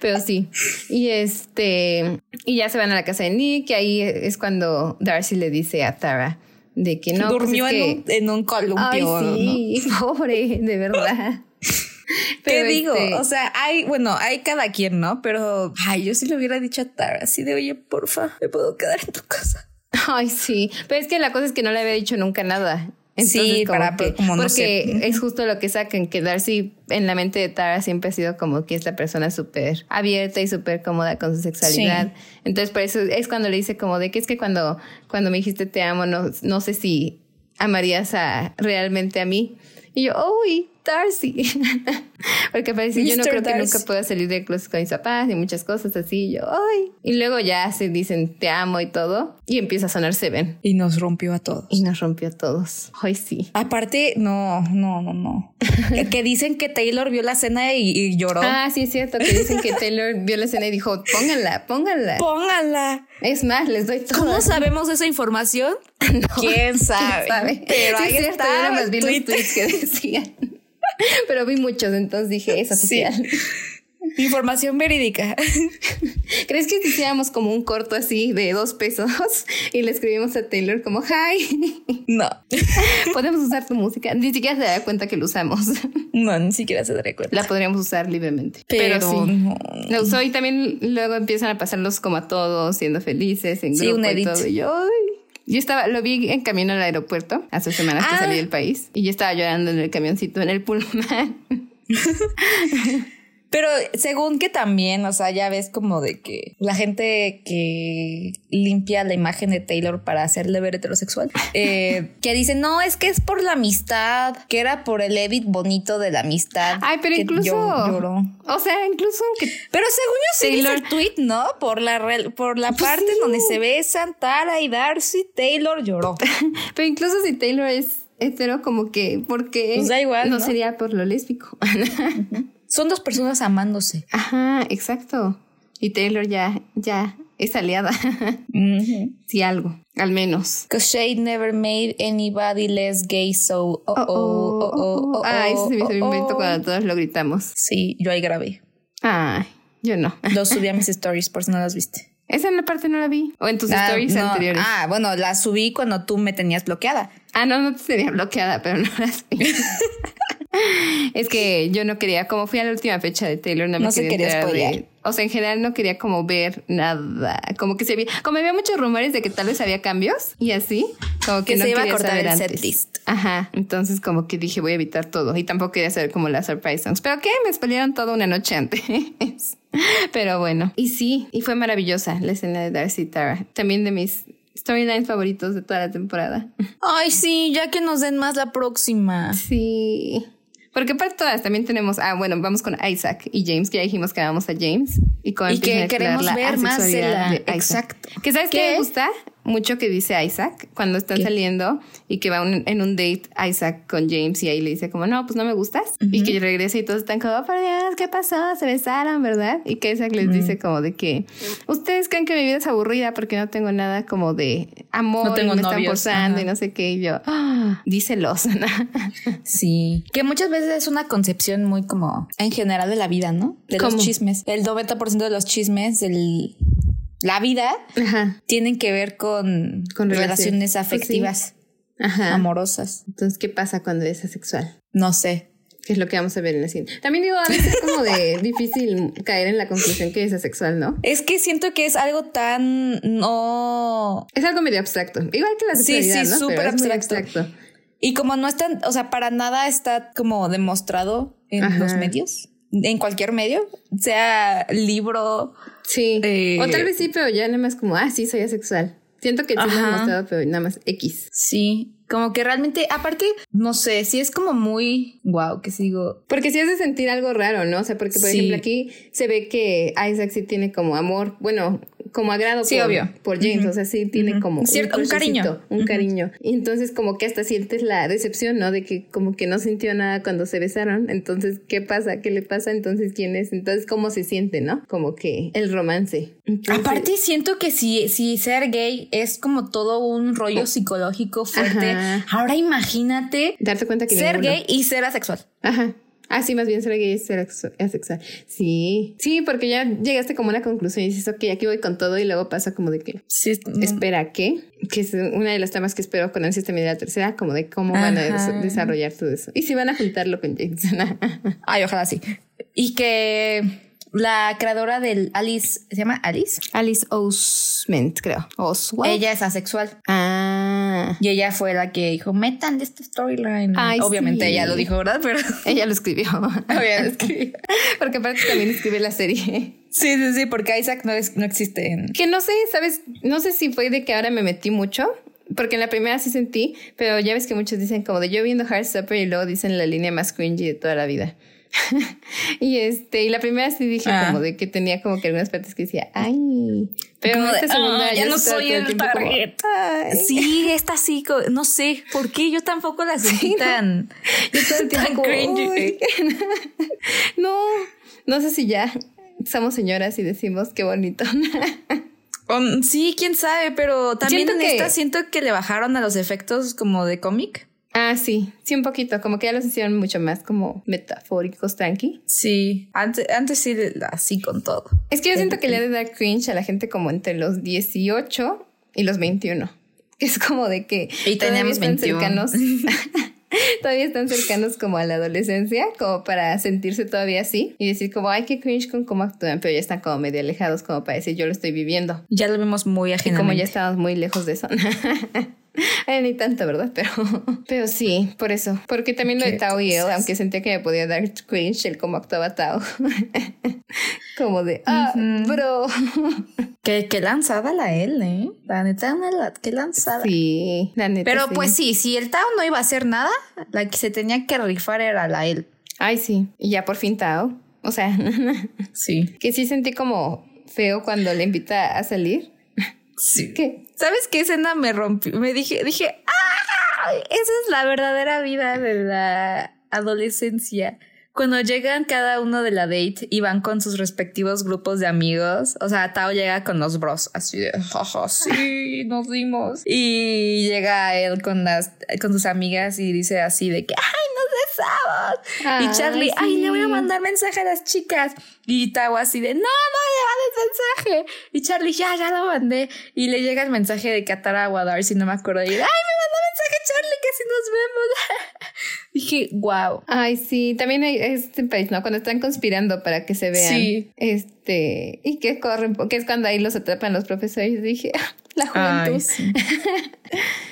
Speaker 1: Pero sí. Y este. Y ya se van a la casa de Nick. Y ahí es cuando Darcy le dice a Tara de que no. pues
Speaker 2: Durmió
Speaker 1: es
Speaker 2: en,
Speaker 1: que-
Speaker 2: un, en un columpio.
Speaker 1: Ay,
Speaker 2: ¿no?
Speaker 1: sí, pobre, de verdad.
Speaker 2: ¿Qué
Speaker 1: Pero,
Speaker 2: digo?
Speaker 1: este,
Speaker 2: O sea, hay, bueno, hay cada quien, ¿no? Pero, ay, yo sí le hubiera dicho a Tara así de, oye, porfa, me puedo quedar en tu casa.
Speaker 1: Ay, sí. Pero es que la cosa es que no le había dicho nunca nada.
Speaker 2: Sí, para- como no
Speaker 1: porque
Speaker 2: sé.
Speaker 1: es justo lo que sacan, que Darcy en la mente de Tara siempre ha sido como que es la persona súper abierta y súper cómoda con su sexualidad. Entonces, por eso es cuando le dice como de que es que cuando, cuando me dijiste te amo, no, no sé si amarías a, realmente a mí. Y yo, uy, Darcy. Porque parece, yo no
Speaker 2: Mr.
Speaker 1: creo que
Speaker 2: Darcy.
Speaker 1: nunca pueda salir de closet con mis papás y muchas cosas así. Y yo, ay. Y luego ya se dicen te amo y todo. Y empieza a sonar Seven.
Speaker 2: Y nos rompió a todos.
Speaker 1: Y nos rompió a todos. Ay, sí.
Speaker 2: Aparte, no, no, no, no. que, que dicen que Taylor vio la cena y, y lloró.
Speaker 1: Ah, sí, es cierto que dicen que Taylor vio la escena y dijo, pónganla, pónganla.
Speaker 2: Póngala.
Speaker 1: Es más, les doy todo.
Speaker 2: ¿Cómo sabemos esa información? ¿Quién sabe? Pero ahí
Speaker 1: yo
Speaker 2: está.
Speaker 1: nada más vi
Speaker 2: el
Speaker 1: los
Speaker 2: tuit.
Speaker 1: tweets que decían. Pero vi muchos, entonces dije, es
Speaker 2: Sí.
Speaker 1: oficial.
Speaker 2: Información verídica.
Speaker 1: ¿Crees que hiciéramos como un corto así de dos pesos y le escribimos a Taylor como, hi,
Speaker 2: No,
Speaker 1: podemos usar tu música? Ni siquiera se da cuenta que lo usamos.
Speaker 2: no, ni siquiera se daría cuenta.
Speaker 1: La podríamos usar libremente.
Speaker 2: Pero no.
Speaker 1: La usó y también luego empiezan a pasarlos como a todos, siendo felices en
Speaker 2: Sí,
Speaker 1: grupo
Speaker 2: un
Speaker 1: y
Speaker 2: edit.
Speaker 1: todo. Y yo, ay. Yo estaba, lo vi en camino al aeropuerto hace semanas que
Speaker 2: Ah.
Speaker 1: salí del país y yo estaba llorando en el camioncito, en el pullman.
Speaker 2: Pero según que también, o sea, ya ves como de que la gente que limpia la imagen de Taylor para hacerle ver heterosexual, eh, que dice, no, es que es por la amistad, que era por el edit bonito de la amistad.
Speaker 1: Ay, pero
Speaker 2: que
Speaker 1: incluso.
Speaker 2: llor- lloró.
Speaker 1: O sea, incluso aunque
Speaker 2: Pero según yo sí dice
Speaker 1: Taylor- Pues
Speaker 2: el tweet, ¿no? Por la, rel- por la parte en donde se besan Tara y Darcy, Taylor lloró.
Speaker 1: Pero incluso si Taylor es hetero, como que, porque
Speaker 2: Pues da igual,
Speaker 1: no,
Speaker 2: ¿no?
Speaker 1: sería por lo lésbico.
Speaker 2: Son dos personas amándose.
Speaker 1: Ajá, exacto. Y Taylor ya, ya es aliada. si algo, al menos.
Speaker 2: Because Shade never made anybody less gay, so. Oh, oh, oh, oh, oh,
Speaker 1: Ay,
Speaker 2: oh,
Speaker 1: Ah, ese se me hizo bien
Speaker 2: oh,
Speaker 1: bonito
Speaker 2: oh.
Speaker 1: cuando todos lo gritamos.
Speaker 2: Sí, yo ahí grabé.
Speaker 1: Ay, yo no.
Speaker 2: Los subí a mis stories por si no las viste.
Speaker 1: Esa en la parte no la vi. O en tus
Speaker 2: Ah,
Speaker 1: stories
Speaker 2: no.
Speaker 1: anteriores. Ah.
Speaker 2: Ah, bueno, las subí cuando tú me tenías bloqueada.
Speaker 1: no, no te tenía bloqueada, pero no las vi. Es que yo no quería, como fui a la última fecha de Taylor, no,
Speaker 2: No
Speaker 1: me
Speaker 2: se
Speaker 1: quería
Speaker 2: quería
Speaker 1: enterar de-
Speaker 2: spoilear.
Speaker 1: O sea, en general no quería como ver nada. Como que se había, como había muchos rumores de que tal vez había cambios y así, como que,
Speaker 2: Que
Speaker 1: no
Speaker 2: se iba a
Speaker 1: quería
Speaker 2: cortar
Speaker 1: saber
Speaker 2: el
Speaker 1: antes.
Speaker 2: setlist.
Speaker 1: Ajá. Entonces como que dije, voy a evitar todo y tampoco quería saber como las surprise songs. Pero que me spoilearon todo una noche antes. Pero bueno, y sí, y fue maravillosa la escena de Darcy y Tara, también de mis storylines favoritos de toda la temporada.
Speaker 2: Ay, sí, ya que nos den más la próxima.
Speaker 1: Sí. Porque para todas también tenemos. Ah, bueno, vamos con Isaac y James, que ya dijimos que vamos a James. Y, con
Speaker 2: Y
Speaker 1: empiezan
Speaker 2: que
Speaker 1: a explorar
Speaker 2: queremos
Speaker 1: la
Speaker 2: ver más de
Speaker 1: asexualidad
Speaker 2: la-
Speaker 1: de Isaac.
Speaker 2: exacto.
Speaker 1: Que sabes qué
Speaker 2: ¿Qué?
Speaker 1: me gusta mucho que dice Isaac cuando están
Speaker 2: ¿Qué?
Speaker 1: saliendo y que va un- en un date Isaac con James y ahí le dice como no, pues no me gustas. Y que regresa y todos están como, oh, por Dios, ¿qué pasó? Se besaron, ¿verdad? Y que Isaac les dice como de que ustedes creen que mi vida es aburrida porque no tengo nada como de amor,
Speaker 2: No tengo
Speaker 1: y me están
Speaker 2: novios,
Speaker 1: posando y
Speaker 2: ajá.
Speaker 1: no sé qué. Y yo, ah, díselos.
Speaker 2: Sí. Que muchas veces es una concepción muy como en general de la vida, ¿no? De
Speaker 1: ¿Cómo?
Speaker 2: los chismes. El 90% de los chismes de la vida
Speaker 1: Ajá.
Speaker 2: tienen que ver con,
Speaker 1: Con relaciones. Pues
Speaker 2: relaciones
Speaker 1: sí. Ah.
Speaker 2: afectivas,
Speaker 1: Ajá.
Speaker 2: amorosas.
Speaker 1: Entonces, ¿qué pasa cuando es asexual?
Speaker 2: No sé.
Speaker 1: Que es lo que vamos a ver en la siguiente. También digo, a veces es como de difícil caer en la conclusión que es asexual, ¿no?
Speaker 2: Es que siento que es algo tan no
Speaker 1: Es algo medio abstracto. Igual que la
Speaker 2: Sí,
Speaker 1: sexualidad,
Speaker 2: sí,
Speaker 1: ¿no?
Speaker 2: súper
Speaker 1: Pero es muy
Speaker 2: abstracto. y como no es tan, o sea, para nada está como demostrado en
Speaker 1: Ajá.
Speaker 2: los medios, en cualquier medio, sea libro.
Speaker 1: Sí.
Speaker 2: Eh,
Speaker 1: O tal vez sí, pero ya nada más como, ah, sí, soy asexual. Siento que sí lo
Speaker 2: Ajá.
Speaker 1: han mostrado, pero nada más X.
Speaker 2: Sí, como que realmente, aparte, no sé, sí es como muy wow, que sigo.
Speaker 1: Porque sí hace sentir algo raro, ¿no? O sea, porque por
Speaker 2: Sí.
Speaker 1: ejemplo aquí se ve que Isaac sí tiene como amor, bueno, como agrado
Speaker 2: Sí,
Speaker 1: por,
Speaker 2: obvio.
Speaker 1: por James,
Speaker 2: Ujú.
Speaker 1: o sea, sí tiene
Speaker 2: Ujú.
Speaker 1: como
Speaker 2: Cierto, un cariño.
Speaker 1: crushecito, Un
Speaker 2: Ujú.
Speaker 1: cariño. Y entonces como que hasta sientes la decepción, ¿no? De que como que no sintió nada cuando se besaron. Entonces, ¿qué pasa? ¿Qué le pasa? Entonces, ¿quién es? Entonces, ¿cómo se siente, no? Como que el romance. Entonces-
Speaker 2: Aparte, siento que si, si ser gay es como todo un rollo psicológico fuerte,
Speaker 1: Ajá.
Speaker 2: ahora imagínate
Speaker 1: Darte cuenta que
Speaker 2: ser
Speaker 1: ninguno.
Speaker 2: gay y ser asexual.
Speaker 1: Ajá. Ah, sí, más bien ser gay es ser aso- asexual. Sí. Sí, porque ya llegaste como a una conclusión y dices, ok, aquí voy con todo y luego pasa como de que,
Speaker 2: Sí,
Speaker 1: Mm. espera, ¿qué? Que es una de las temas que espero conocer también de la tercera, como de cómo van a
Speaker 2: Ajá.
Speaker 1: des- desarrollar todo eso. Y si van a juntarlo con James.
Speaker 2: Ay, ojalá sí. Y que la creadora del Alice, ¿se llama Alice?
Speaker 1: Alice Osment, creo. Oswald.
Speaker 2: Ella es asexual.
Speaker 1: Ah.
Speaker 2: Y ella fue la que dijo, metan de esta storyline.
Speaker 1: Ay,
Speaker 2: Obviamente
Speaker 1: sí.
Speaker 2: ella lo dijo, ¿verdad? Pero...
Speaker 1: Ella lo escribió.
Speaker 2: Obviamente escribió.
Speaker 1: Porque aparte también escribe la serie.
Speaker 2: Sí, sí, sí, porque Isaac no, es- no existe en...
Speaker 1: Que no sé, ¿sabes? No sé si fue de que ahora me metí mucho, porque en la primera sí sentí, pero ya ves que muchos dicen como de yo viendo Heartstopper y luego dicen la línea más cringy de toda la vida. y este, y la primera sí dije
Speaker 2: Ah.
Speaker 1: como de que tenía como que algunas partes que decía, ay, pero en
Speaker 2: Como de,
Speaker 1: esta segunda
Speaker 2: "Ah, ya
Speaker 1: yo
Speaker 2: no
Speaker 1: sí estaba
Speaker 2: soy
Speaker 1: todo
Speaker 2: el
Speaker 1: tiempo como,
Speaker 2: target".
Speaker 1: "Ay".
Speaker 2: Sí, esta sí, co- no sé por qué yo tampoco la sentí tan,
Speaker 1: Yo todo el tiempo
Speaker 2: tan
Speaker 1: como,
Speaker 2: cringy.
Speaker 1: "Uy". no, no sé si ya somos señoras y decimos qué bonito.
Speaker 2: Um, sí, quién sabe, pero también
Speaker 1: Siento
Speaker 2: en
Speaker 1: que-
Speaker 2: esta siento que le bajaron a los efectos como de cómic.
Speaker 1: ah, sí, sí, un poquito, como que ya los hicieron mucho más como metafóricos, tranqui.
Speaker 2: Sí, antes, antes sí, así con todo.
Speaker 1: Es que yo siento que le ha de dar cringe a la gente como entre los 18 y los 21. Que es como de que.
Speaker 2: Y teníamos
Speaker 1: todavía están
Speaker 2: 21.
Speaker 1: cercanos. todavía están cercanos como a la adolescencia, como para sentirse todavía así y decir, como, ay, qué cringe con cómo actúan, pero ya están como medio alejados, como para decir, yo lo estoy viviendo.
Speaker 2: Ya lo vimos
Speaker 1: Y como
Speaker 2: muy
Speaker 1: ya
Speaker 2: ajenamente.
Speaker 1: estamos muy lejos de eso. Eh, ni tanto, ¿verdad? Pero, pero sí, por eso. Porque también lo de
Speaker 2: ¿Qué
Speaker 1: Tao y él,
Speaker 2: dices?
Speaker 1: aunque sentía que me podía dar cringe el cómo actuaba Tao. como de, ah, bro.
Speaker 2: Que, que lanzada la L, ¿eh? La neta, una la- que lanzada.
Speaker 1: Sí, la neta.
Speaker 2: Pero
Speaker 1: sí.
Speaker 2: pues sí, si el Tao no iba a hacer nada, la que se tenía que rifar era la L.
Speaker 1: Ay, sí. Y ya por fin Tao. O sea,
Speaker 2: Sí.
Speaker 1: que sí sentí como feo cuando le invita a salir.
Speaker 2: Sí.
Speaker 1: ¿Qué?
Speaker 2: ¿Sabes qué escena me rompió? Me dije, dije, ¡ah! Esa es la verdadera vida de la adolescencia. Cuando llegan cada uno de la date y van con sus respectivos grupos de amigos, o sea, Tao llega con los bros, así de, jaja, sí, nos dimos. Y llega él con las, con sus amigas y dice así de que, ay, nos besamos.
Speaker 1: Ay,
Speaker 2: y Charlie, ay, le voy a
Speaker 1: sí.
Speaker 2: mandar mensaje a las chicas. Y Tao así de, no, no le mandes mensaje. Y Charlie, ya, ya lo mandé. Y le llega el mensaje de Katara a Darcy, no me acuerdo. Y, ay, me mandó mensaje Charlie, que si nos vemos. Dije, wow.
Speaker 1: Ay, sí, también hay este país, ¿no? Cuando están conspirando para que se vean.
Speaker 2: Sí.
Speaker 1: Este, y que corren, que es cuando ahí los atrapan los profesores. Dije, "Ah, la juventud
Speaker 2: Ay, sí.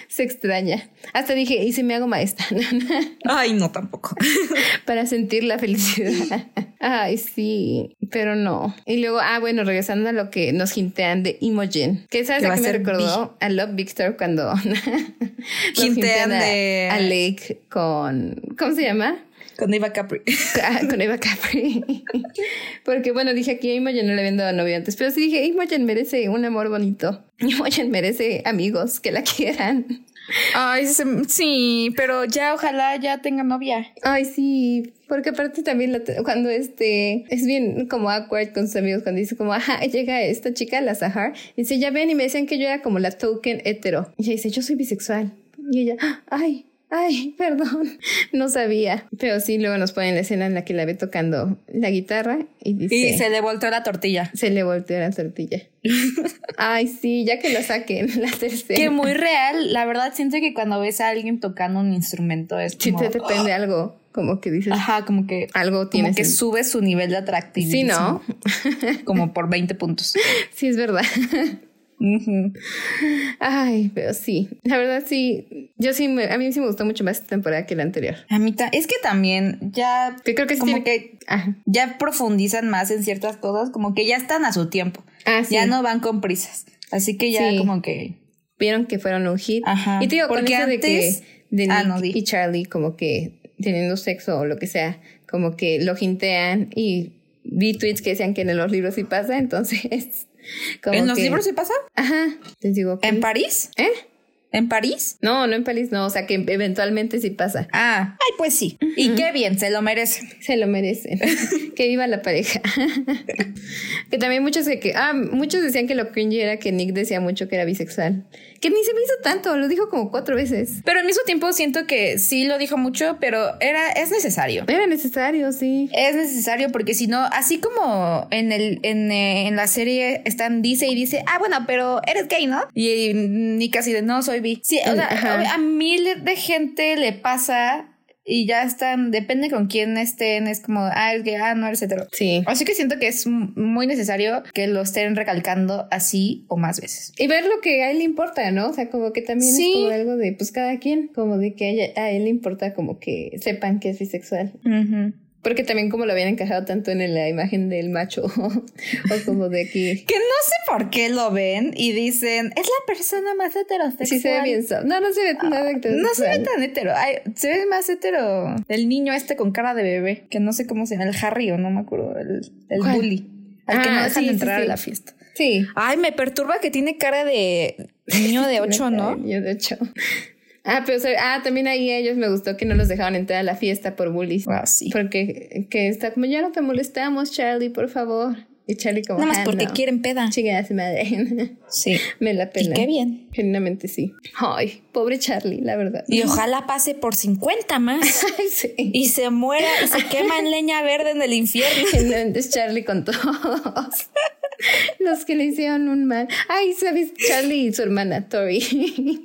Speaker 1: se extraña. Hasta dije, ¿y si me hago maestra?
Speaker 2: Ay, no, tampoco.
Speaker 1: para sentir la felicidad. Ay, sí, pero no. Y luego, ah, bueno, regresando a lo que nos hintean de Imogen, que sabes
Speaker 2: Que
Speaker 1: a
Speaker 2: va
Speaker 1: qué
Speaker 2: a
Speaker 1: me
Speaker 2: ser
Speaker 1: recordó a Love Victor cuando nos
Speaker 2: Hintean
Speaker 1: a-
Speaker 2: de-
Speaker 1: a Lake con, ¿cómo se llama?
Speaker 2: Con Eva Capri.
Speaker 1: Ah, con Eva Capri. Porque bueno, dije aquí a Imogen no le habían dado novio antes, pero sí dije, Imogen merece un amor bonito. Imogen merece amigos que la quieran.
Speaker 2: Ay, se- sí, pero ya ojalá ya tenga novia.
Speaker 1: Ay, sí, porque aparte también la te- cuando este es bien como awkward con sus amigos, cuando dice como, ajá, llega esta chica, la Sahar, y dice, ya ven, y me decían que yo era como la token hetero. Y ella dice, yo soy bisexual. Y ella, "Ah, ay. Ay, perdón, no sabía. Pero sí, luego nos ponen la escena en la que la ve tocando la guitarra y dice...
Speaker 2: Y se le volteó la tortilla.
Speaker 1: Se le volteó la tortilla. Ay, sí, ya que lo saquen, la tercera.
Speaker 2: Que muy real, la verdad siento que cuando ves a alguien tocando un instrumento es
Speaker 1: Si
Speaker 2: como,
Speaker 1: te depende algo, como que dices,
Speaker 2: ajá, como que
Speaker 1: algo
Speaker 2: Ah, como
Speaker 1: tienes.
Speaker 2: que
Speaker 1: en-
Speaker 2: sube su nivel de atractividad.
Speaker 1: Sí, ¿no?
Speaker 2: Como por 20 puntos.
Speaker 1: Sí, es verdad.
Speaker 2: Ujú.
Speaker 1: Ay, pero sí. La verdad, sí. Yo sí, me- a mí sí me gustó mucho más esta temporada que la anterior.
Speaker 2: A mí ta- es que también ya
Speaker 1: Que creo que ah, sí
Speaker 2: como
Speaker 1: tiene-
Speaker 2: que
Speaker 1: Ajá.
Speaker 2: ya profundizan más en ciertas cosas, como que ya están a su tiempo.
Speaker 1: Ah, sí.
Speaker 2: Ya no van con prisas. Así que ya
Speaker 1: Sí.
Speaker 2: como que
Speaker 1: Vieron que fueron un hit.
Speaker 2: Ajá.
Speaker 1: Y te digo,
Speaker 2: Porque
Speaker 1: con eso
Speaker 2: antes-
Speaker 1: de que de Nick
Speaker 2: Ah, no, di.
Speaker 1: y Charlie como que teniendo sexo o lo que sea, como que lo jintean y vi tweets que decían que en los libros sí pasa, entonces... Como
Speaker 2: ¿En los
Speaker 1: que-
Speaker 2: libros se pasa?
Speaker 1: Ajá, les digo. ok.
Speaker 2: ¿En París?
Speaker 1: ¿Eh?
Speaker 2: ¿En París?
Speaker 1: No, no en París, no. O sea, que eventualmente sí pasa.
Speaker 2: Ah, ay, pues sí. Y qué bien, se lo merecen.
Speaker 1: Se lo merecen. que viva la pareja. que también muchos que, que- ah, muchos decían que lo cringe era que Nick decía mucho que era bisexual. Que ni se me hizo tanto, lo dijo como cuatro veces.
Speaker 2: Pero al mismo tiempo siento que sí lo dijo mucho, pero era, es necesario.
Speaker 1: Era necesario, sí.
Speaker 2: Es necesario porque si no, así como en el, en, eh, en la serie están dice y dice, ah, bueno, pero eres gay, ¿no? Y Nick así de no soy bi. Sí, o sea,
Speaker 1: Ajá.
Speaker 2: a mil de gente le pasa y ya están, depende con quién estén, es como, ah, es gay, ah, no eres hetero.
Speaker 1: Sí.
Speaker 2: Así que siento que es m- muy necesario que lo estén recalcando así o más veces.
Speaker 1: Y ver lo que a él le importa, ¿no? O sea, como que también
Speaker 2: Sí.
Speaker 1: es como algo de, pues cada quien, como de que a, ella- a él le importa como que sepan que es bisexual. Porque también como lo habían encajado tanto en la imagen del macho o como de aquí.
Speaker 2: Que no sé por qué lo ven y dicen, es la persona más heterosexual.
Speaker 1: Sí se ve bien. so- No, no se ve nada.
Speaker 2: Ah, No se ve
Speaker 1: heterosexual.
Speaker 2: tan hetero. Ay, se ve más hetero el niño este con cara de bebé, que no sé cómo se llama, el Harry o no me acuerdo, el, el
Speaker 1: ¿Cuál?
Speaker 2: bully, al que
Speaker 1: Ah,
Speaker 2: no dejan
Speaker 1: sí,
Speaker 2: de
Speaker 1: sí,
Speaker 2: entrar
Speaker 1: sí.
Speaker 2: a la fiesta.
Speaker 1: Sí.
Speaker 2: Ay, me perturba que tiene cara de niño de ocho, ¿no?
Speaker 1: Yo de hecho. Ah, pero o sea, ah, también ahí a ellos me gustó que no los dejaban entrar a la fiesta por bullies.
Speaker 2: Wow, Ah, sí.
Speaker 1: Porque que está como, ya no te molestamos, Charlie, por favor. Y Charlie como,
Speaker 2: Nada más
Speaker 1: "Ah,
Speaker 2: porque
Speaker 1: no.
Speaker 2: quieren peda.
Speaker 1: Chingada su madre.
Speaker 2: Sí.
Speaker 1: me la
Speaker 2: Y
Speaker 1: pela.
Speaker 2: qué bien.
Speaker 1: Genuinamente sí. Ay, pobre Charlie, la verdad.
Speaker 2: Y ojalá pase por 50 más
Speaker 1: Ay, sí.
Speaker 2: y se muera y se quema en leña verde en el infierno.
Speaker 1: Genuinamente es Charlie con todos. Los que le hicieron un mal. Ay, ¿sabes? Charlie y su hermana, Tori.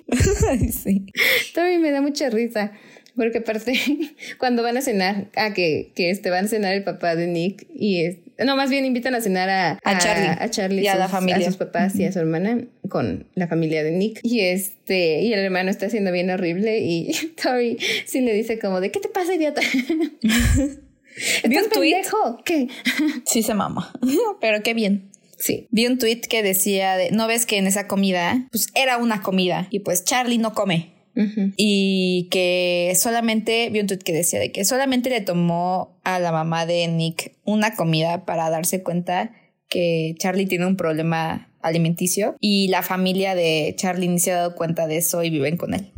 Speaker 2: Ay, sí.
Speaker 1: También me da mucha risa. Porque aparte, cuando van a cenar, a que, que este, van a cenar el papá de Nick y es, no, más bien invitan a cenar a,
Speaker 2: A Charlie.
Speaker 1: a Charlie
Speaker 2: Y a
Speaker 1: sus-
Speaker 2: la familia.
Speaker 1: a sus papás y a su hermana con la familia de Nick. Y este, y el hermano está haciendo bien horrible y Tori sí le dice como de, ¿qué te pasa, idiota?
Speaker 2: Vi
Speaker 1: ¿Estás
Speaker 2: un tuit.
Speaker 1: pendejo? ¿Qué?
Speaker 2: Sí se mama. Pero qué bien.
Speaker 1: Sí.
Speaker 2: Vi un tweet que decía de, no ves que en esa comida, pues era una comida y pues Charlie no come.
Speaker 1: Ujú.
Speaker 2: Y que solamente, vi un tweet que decía de que solamente le tomó a la mamá de Nick una comida para darse cuenta que Charlie tiene un problema alimenticio y la familia de Charlie ni se ha dado cuenta de eso y viven con él.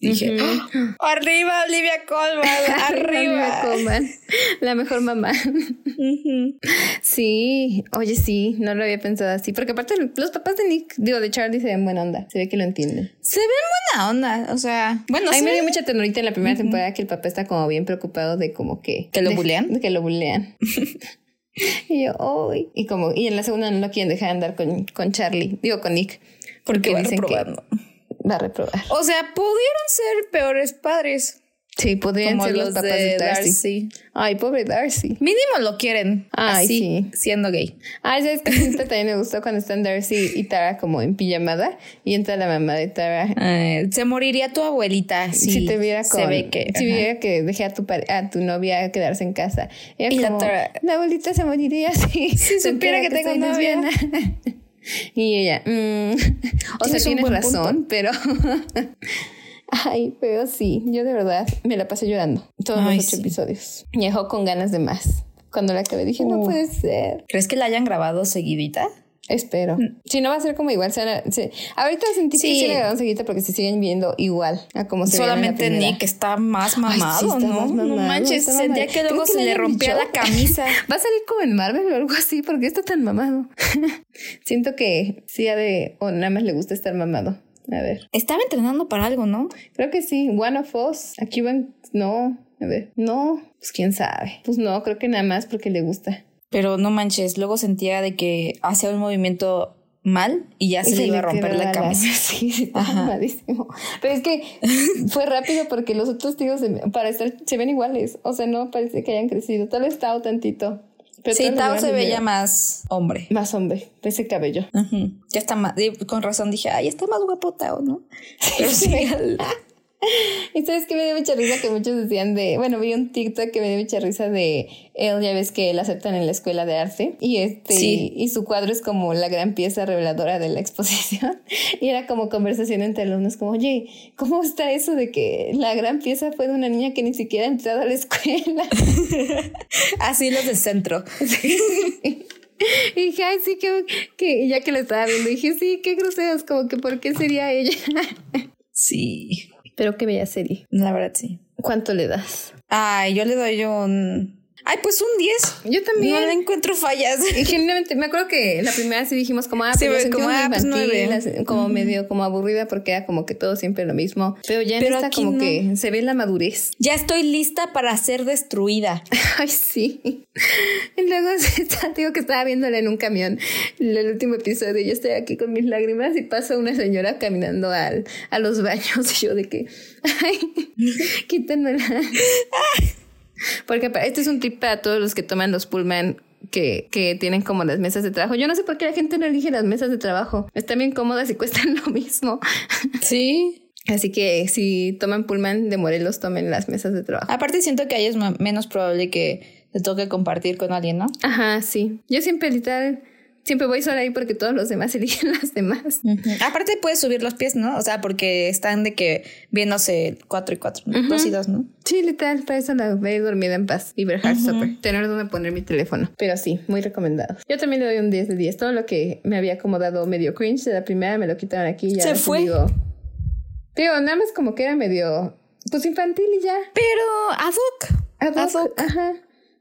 Speaker 2: Y dije, ¡Ah! arriba Olivia Colman,
Speaker 1: Arriba,
Speaker 2: arriba.
Speaker 1: coman. La mejor mamá.
Speaker 2: Ujú.
Speaker 1: Sí, oye, sí, no lo había pensado así. Porque aparte, los papás de Nick, digo, de Charlie, se ven buena onda. Se ve que lo entienden.
Speaker 2: Se ven buena onda, o sea, bueno,
Speaker 1: A mí
Speaker 2: sí.
Speaker 1: me dio mucha tenorita en la primera temporada que el papá está como bien preocupado de como que.
Speaker 2: ¿Que lo
Speaker 1: de-
Speaker 2: bulean?
Speaker 1: de que lo bulean. y yo, uy. Y como, y en la segunda no lo quieren dejar andar con, con Charlie, digo, con Nick. Porque
Speaker 2: va
Speaker 1: dicen que
Speaker 2: reprobando.
Speaker 1: va a reprobar.
Speaker 2: O sea, pudieron ser peores padres.
Speaker 1: Sí, podrían
Speaker 2: Como
Speaker 1: ser los
Speaker 2: los
Speaker 1: papás
Speaker 2: de
Speaker 1: de Darcy.
Speaker 2: Darcy.
Speaker 1: Ay, pobre Darcy.
Speaker 2: Mínimo lo quieren.
Speaker 1: Ay,
Speaker 2: así, siendo gay.
Speaker 1: Ay, ¿sabes qué? Siempre también me gustó cuando están Darcy y Tara como en pijamada y entra la mamá de Tara.
Speaker 2: Eh, se moriría tu abuelita si,
Speaker 1: si te viera con,
Speaker 2: se ve que.
Speaker 1: si
Speaker 2: ajá.
Speaker 1: viera que dejé a tu pare- a tu novia quedarse en casa. Era
Speaker 2: Y la
Speaker 1: como,
Speaker 2: Tara-
Speaker 1: la abuelita se moriría si,
Speaker 2: Si supiera que tengo
Speaker 1: soy
Speaker 2: novia".
Speaker 1: lesbiana. Y ella, mm. o sea,
Speaker 2: Tienes un
Speaker 1: tienes
Speaker 2: buen
Speaker 1: razón, pero Ay, pero sí, yo de verdad me la pasé llorando todos
Speaker 2: Ay,
Speaker 1: los ocho
Speaker 2: sí.
Speaker 1: episodios. Me dejó con ganas de más. Cuando la acabé dije, no
Speaker 2: Uh.
Speaker 1: puede ser.
Speaker 2: ¿Crees que la hayan grabado seguidita?
Speaker 1: Espero. Si no va a ser como igual, se van a- se- ahorita sentí
Speaker 2: Mm. Sí.
Speaker 1: que sí le grabaron seguidita porque se siguen viendo igual a como se veían en la
Speaker 2: Solamente
Speaker 1: primera.
Speaker 2: Nick está más mamado,
Speaker 1: está
Speaker 2: ¿no?
Speaker 1: más
Speaker 2: no
Speaker 1: mamado,
Speaker 2: manches,
Speaker 1: está
Speaker 2: sentía
Speaker 1: mamado.
Speaker 2: que luego
Speaker 1: ¿Crees que
Speaker 2: se
Speaker 1: le
Speaker 2: le
Speaker 1: hayan
Speaker 2: rompía
Speaker 1: dicho?
Speaker 2: la camisa.
Speaker 1: Va a salir como en Marvel o algo así, porque está tan mamado. Siento que sí ha de, o nada más le gusta estar mamado. A ver,
Speaker 2: Estaba entrenando para algo, ¿no?
Speaker 1: creo que sí. One of Us, aquí van, no, a ver, no, pues quién sabe. Pues no, creo que nada más porque le gusta.
Speaker 2: Pero no manches, luego sentía de que hacía un movimiento mal y ya se
Speaker 1: Y
Speaker 2: le iba a
Speaker 1: quedó
Speaker 2: romper la cabeza.
Speaker 1: Sí, sí, está
Speaker 2: Ajá.
Speaker 1: mamadísimo. Pero es que fue rápido porque los otros tíos se- para estar se ven iguales. O sea, no parece que hayan crecido. Tal vez Tao tantito. Pero
Speaker 2: Sí,
Speaker 1: todos los
Speaker 2: Tao
Speaker 1: demás
Speaker 2: se
Speaker 1: los
Speaker 2: veía
Speaker 1: veo
Speaker 2: más hombre.
Speaker 1: más hombre, ese cabello.
Speaker 2: Ujú. Ya está más, y con razón dije, ay, está más guapo Tao, ¿no? Pero sí, al-
Speaker 1: ¿Y sabes qué me dio mucha risa? Que muchos decían de. Bueno, vi un TikTok que me dio mucha risa de él, ya ves que él aceptan en la escuela de arte. Y este.
Speaker 2: Sí.
Speaker 1: Y su cuadro es como la gran pieza reveladora de la exposición. Y era como conversación entre alumnos, como, oye, ¿cómo está eso de que la gran pieza fue de una niña que ni siquiera ha entrado a la escuela?
Speaker 2: así los del centro.
Speaker 1: Y dije, ay, sí, que, que. Y ya que lo estaba viendo, dije, sí, qué groseros, como que, ¿por qué sería ella?
Speaker 2: Sí,
Speaker 1: Pero qué bella serie.
Speaker 2: la verdad sí.
Speaker 1: ¿Cuánto le das?
Speaker 2: Ay, yo le doy un... Ay, pues un 10.
Speaker 1: Yo
Speaker 2: No le encuentro fallas.
Speaker 1: Y generalmente me acuerdo que la primera vez sí dijimos como, ah,
Speaker 2: Sí,
Speaker 1: pero
Speaker 2: fue
Speaker 1: sentimos
Speaker 2: como,
Speaker 1: muy
Speaker 2: ah, pues,
Speaker 1: infantil,
Speaker 2: nueve.
Speaker 1: la- como medio como aburrida porque era como que todo siempre lo mismo. Pero ya en
Speaker 2: Pero
Speaker 1: esta
Speaker 2: aquí
Speaker 1: como
Speaker 2: no.
Speaker 1: que se ve la madurez.
Speaker 2: Ya estoy lista para ser destruida.
Speaker 1: Ay, sí. Y luego se está- digo que estaba viéndola en un camión el el último episodio y yo estoy aquí con mis lágrimas y pasa una señora caminando al, a los baños y yo de que, ay, quítenmela. Porque pa- este es un tip para todos los que toman los pullman que, que tienen como las mesas de trabajo. Yo no sé por qué la gente no elige las mesas de trabajo. Están bien cómodas y cuestan lo mismo.
Speaker 2: Sí.
Speaker 1: Así que si toman pullman de Morelos, tomen las mesas de trabajo.
Speaker 2: Aparte siento que ahí es ma- menos probable que te toque compartir con alguien, ¿no?
Speaker 1: Ajá, sí. Yo siempre literal, siempre voy sola ahí porque todos los demás eligen las demás.
Speaker 2: Aparte puedes subir los pies, ¿no? O sea, porque están de que viéndose cuatro y cuatro, ¿no? dos y dos, ¿no?
Speaker 1: Sí, literal, para eso la ve dormida en paz y ver Hard Supper. Tener donde poner mi teléfono. Pero sí, muy recomendado. Yo también le doy un 10 de 10. Todo lo que me había acomodado medio cringe de la primera me lo quitaron aquí. y
Speaker 2: Se
Speaker 1: ahora sí
Speaker 2: fue.
Speaker 1: Digo, digo, nada más como que era medio, pues infantil y ya.
Speaker 2: Pero ad hoc.
Speaker 1: Ad hoc,
Speaker 2: Ad hoc.
Speaker 1: Ajá.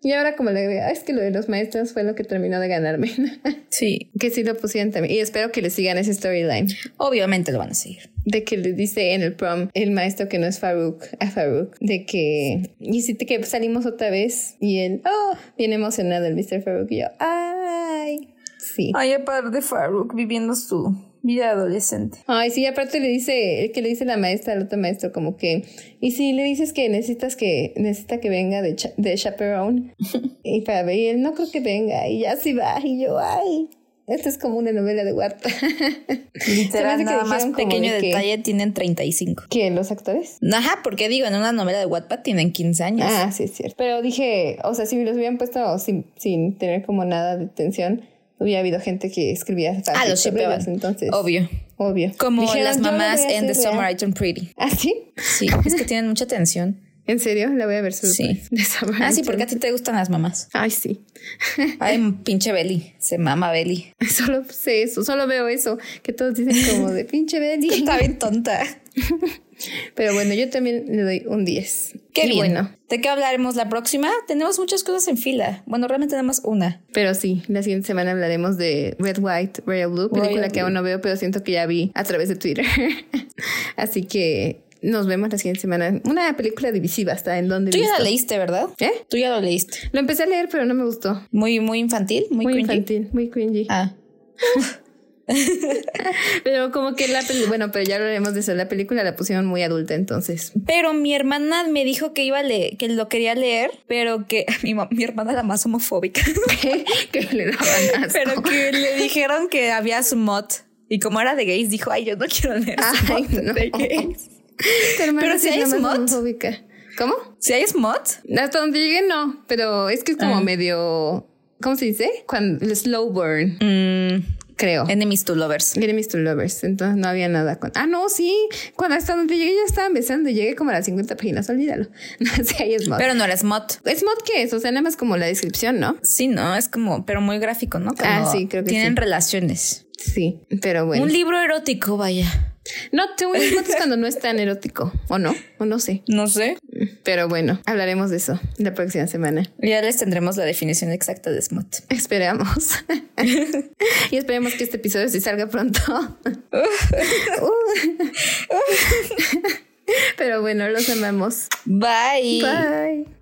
Speaker 1: Y ahora como le agrego, "Ah, es que lo de los maestros fue lo que terminó de ganarme.
Speaker 2: Sí.
Speaker 1: que sí lo pusieron también. Y espero que le sigan ese storyline.
Speaker 2: Obviamente lo van a seguir.
Speaker 1: De que le dice en el prom el maestro que no es Farouk a Farouk, de que hiciste que salimos otra vez y él, oh, bien emocionado el Mr. Farouk y yo, ay, sí.
Speaker 2: Ay, aparte de Farouk viviendo su vida adolescente.
Speaker 1: Ay, sí, aparte le dice, el que le dice la maestra al otro maestro, como que, y si le dices que necesitas que, necesita que venga de, cha- de chaperone, y para ver, y él no creo que venga, y ya sí va, y yo, ay, esto es como una novela de Wattpad. Se me hace
Speaker 2: Literal,
Speaker 1: que
Speaker 2: nada más
Speaker 1: dijeron como
Speaker 2: pequeño
Speaker 1: de que-
Speaker 2: detalle, tienen 35.
Speaker 1: ¿Que los actores?
Speaker 2: Ajá, porque digo, en una novela de Wattpad tienen 15 años.
Speaker 1: Ah, sí, es cierto. Pero dije, o sea, si los hubieran puesto sin, sin tener como nada de tensión, hubiera hado gente que escribía
Speaker 2: Ah,
Speaker 1: fanfic
Speaker 2: los
Speaker 1: sobre
Speaker 2: shipeaban.
Speaker 1: ellos, Entonces,
Speaker 2: Obvio.
Speaker 1: obvio.
Speaker 2: Como
Speaker 1: Dijeron,
Speaker 2: las
Speaker 1: "Yo la
Speaker 2: mamás
Speaker 1: voy a
Speaker 2: en The
Speaker 1: hacer real".
Speaker 2: Summer I Turned Pretty.
Speaker 1: ¿Ah, sí?
Speaker 2: Sí, es que tienen mucha tensión.
Speaker 1: ¿En serio? La voy a ver sobre
Speaker 2: Sí.
Speaker 1: de Summer
Speaker 2: Ah, sí,
Speaker 1: Intern.
Speaker 2: porque a ti te gustan las mamás.
Speaker 1: Ay, sí.
Speaker 2: Ay, pinche Belly. Se mama Belly.
Speaker 1: Solo sé eso, solo veo eso, que todos dicen como de pinche Belly.
Speaker 2: Está bien tonta.
Speaker 1: Pero bueno, yo también le doy un 10.
Speaker 2: Qué
Speaker 1: Y
Speaker 2: bien.
Speaker 1: bueno.
Speaker 2: ¿De qué hablaremos la próxima? Tenemos muchas cosas en fila. Bueno, realmente nada más una.
Speaker 1: Pero sí, la siguiente semana hablaremos de Red, White, Royal Blue, película
Speaker 2: Royal
Speaker 1: que aún no veo, pero siento que ya vi a través de Twitter. Así que nos vemos la siguiente semana. Una película divisiva hasta en donde
Speaker 2: Tú ya la
Speaker 1: visto.
Speaker 2: leíste, ¿verdad?
Speaker 1: ¿Eh?
Speaker 2: Tú ya lo leíste.
Speaker 1: Lo empecé a leer, pero no me gustó.
Speaker 2: Muy, Ah. muy infantil, muy,
Speaker 1: Muy,
Speaker 2: cringy.
Speaker 1: infantil, muy cringy.
Speaker 2: Ah.
Speaker 1: pero como que la peli bueno, pero ya lo haremos de eso. La película la pusieron muy adulta entonces.
Speaker 2: Pero mi hermana me dijo que iba a leer, que lo quería leer, pero que mi, ma- mi hermana la más homofóbica.
Speaker 1: que le daban asco.
Speaker 2: pero que le dijeron que había su mod. Y como era de gays, dijo, ay, yo no quiero leer. su
Speaker 1: Ay,
Speaker 2: mod
Speaker 1: no.
Speaker 2: de gays".
Speaker 1: Tu hermana
Speaker 2: Pero
Speaker 1: sí
Speaker 2: si
Speaker 1: es
Speaker 2: hay
Speaker 1: la más
Speaker 2: smut.
Speaker 1: homofóbica. ¿Cómo?
Speaker 2: Si hay mod,
Speaker 1: Hasta donde llegué no, pero es que es como
Speaker 2: Ah.
Speaker 1: medio ¿cómo se dice? Cuando el slow burn, creo.
Speaker 2: Mm, enemies to lovers.
Speaker 1: Enemies to lovers, entonces no había nada con... Ah, no, sí, cuando hasta donde llegué ya estaban besando, llegué como a las 50 páginas, olvídalo. No sé, ahí es mod.
Speaker 2: Pero no eres mod.
Speaker 1: ¿Es mod qué es? O sea, nada más como la descripción, ¿no?
Speaker 2: Sí, no, es como, pero muy gráfico, ¿no?
Speaker 1: Ah,
Speaker 2: Como
Speaker 1: sí, creo que
Speaker 2: Tienen
Speaker 1: sí.
Speaker 2: relaciones.
Speaker 1: Sí, pero bueno.
Speaker 2: Un libro erótico, vaya.
Speaker 1: No, según yo, es cuando no es tan erótico, o no, o no sé.
Speaker 2: No sé.
Speaker 1: Pero bueno, hablaremos de eso la próxima semana.
Speaker 2: Ya les tendremos la definición exacta de smut.
Speaker 1: Esperamos. y esperemos que este episodio sí salga pronto. Uh. Pero bueno, los amamos.
Speaker 2: Bye.
Speaker 1: Bye.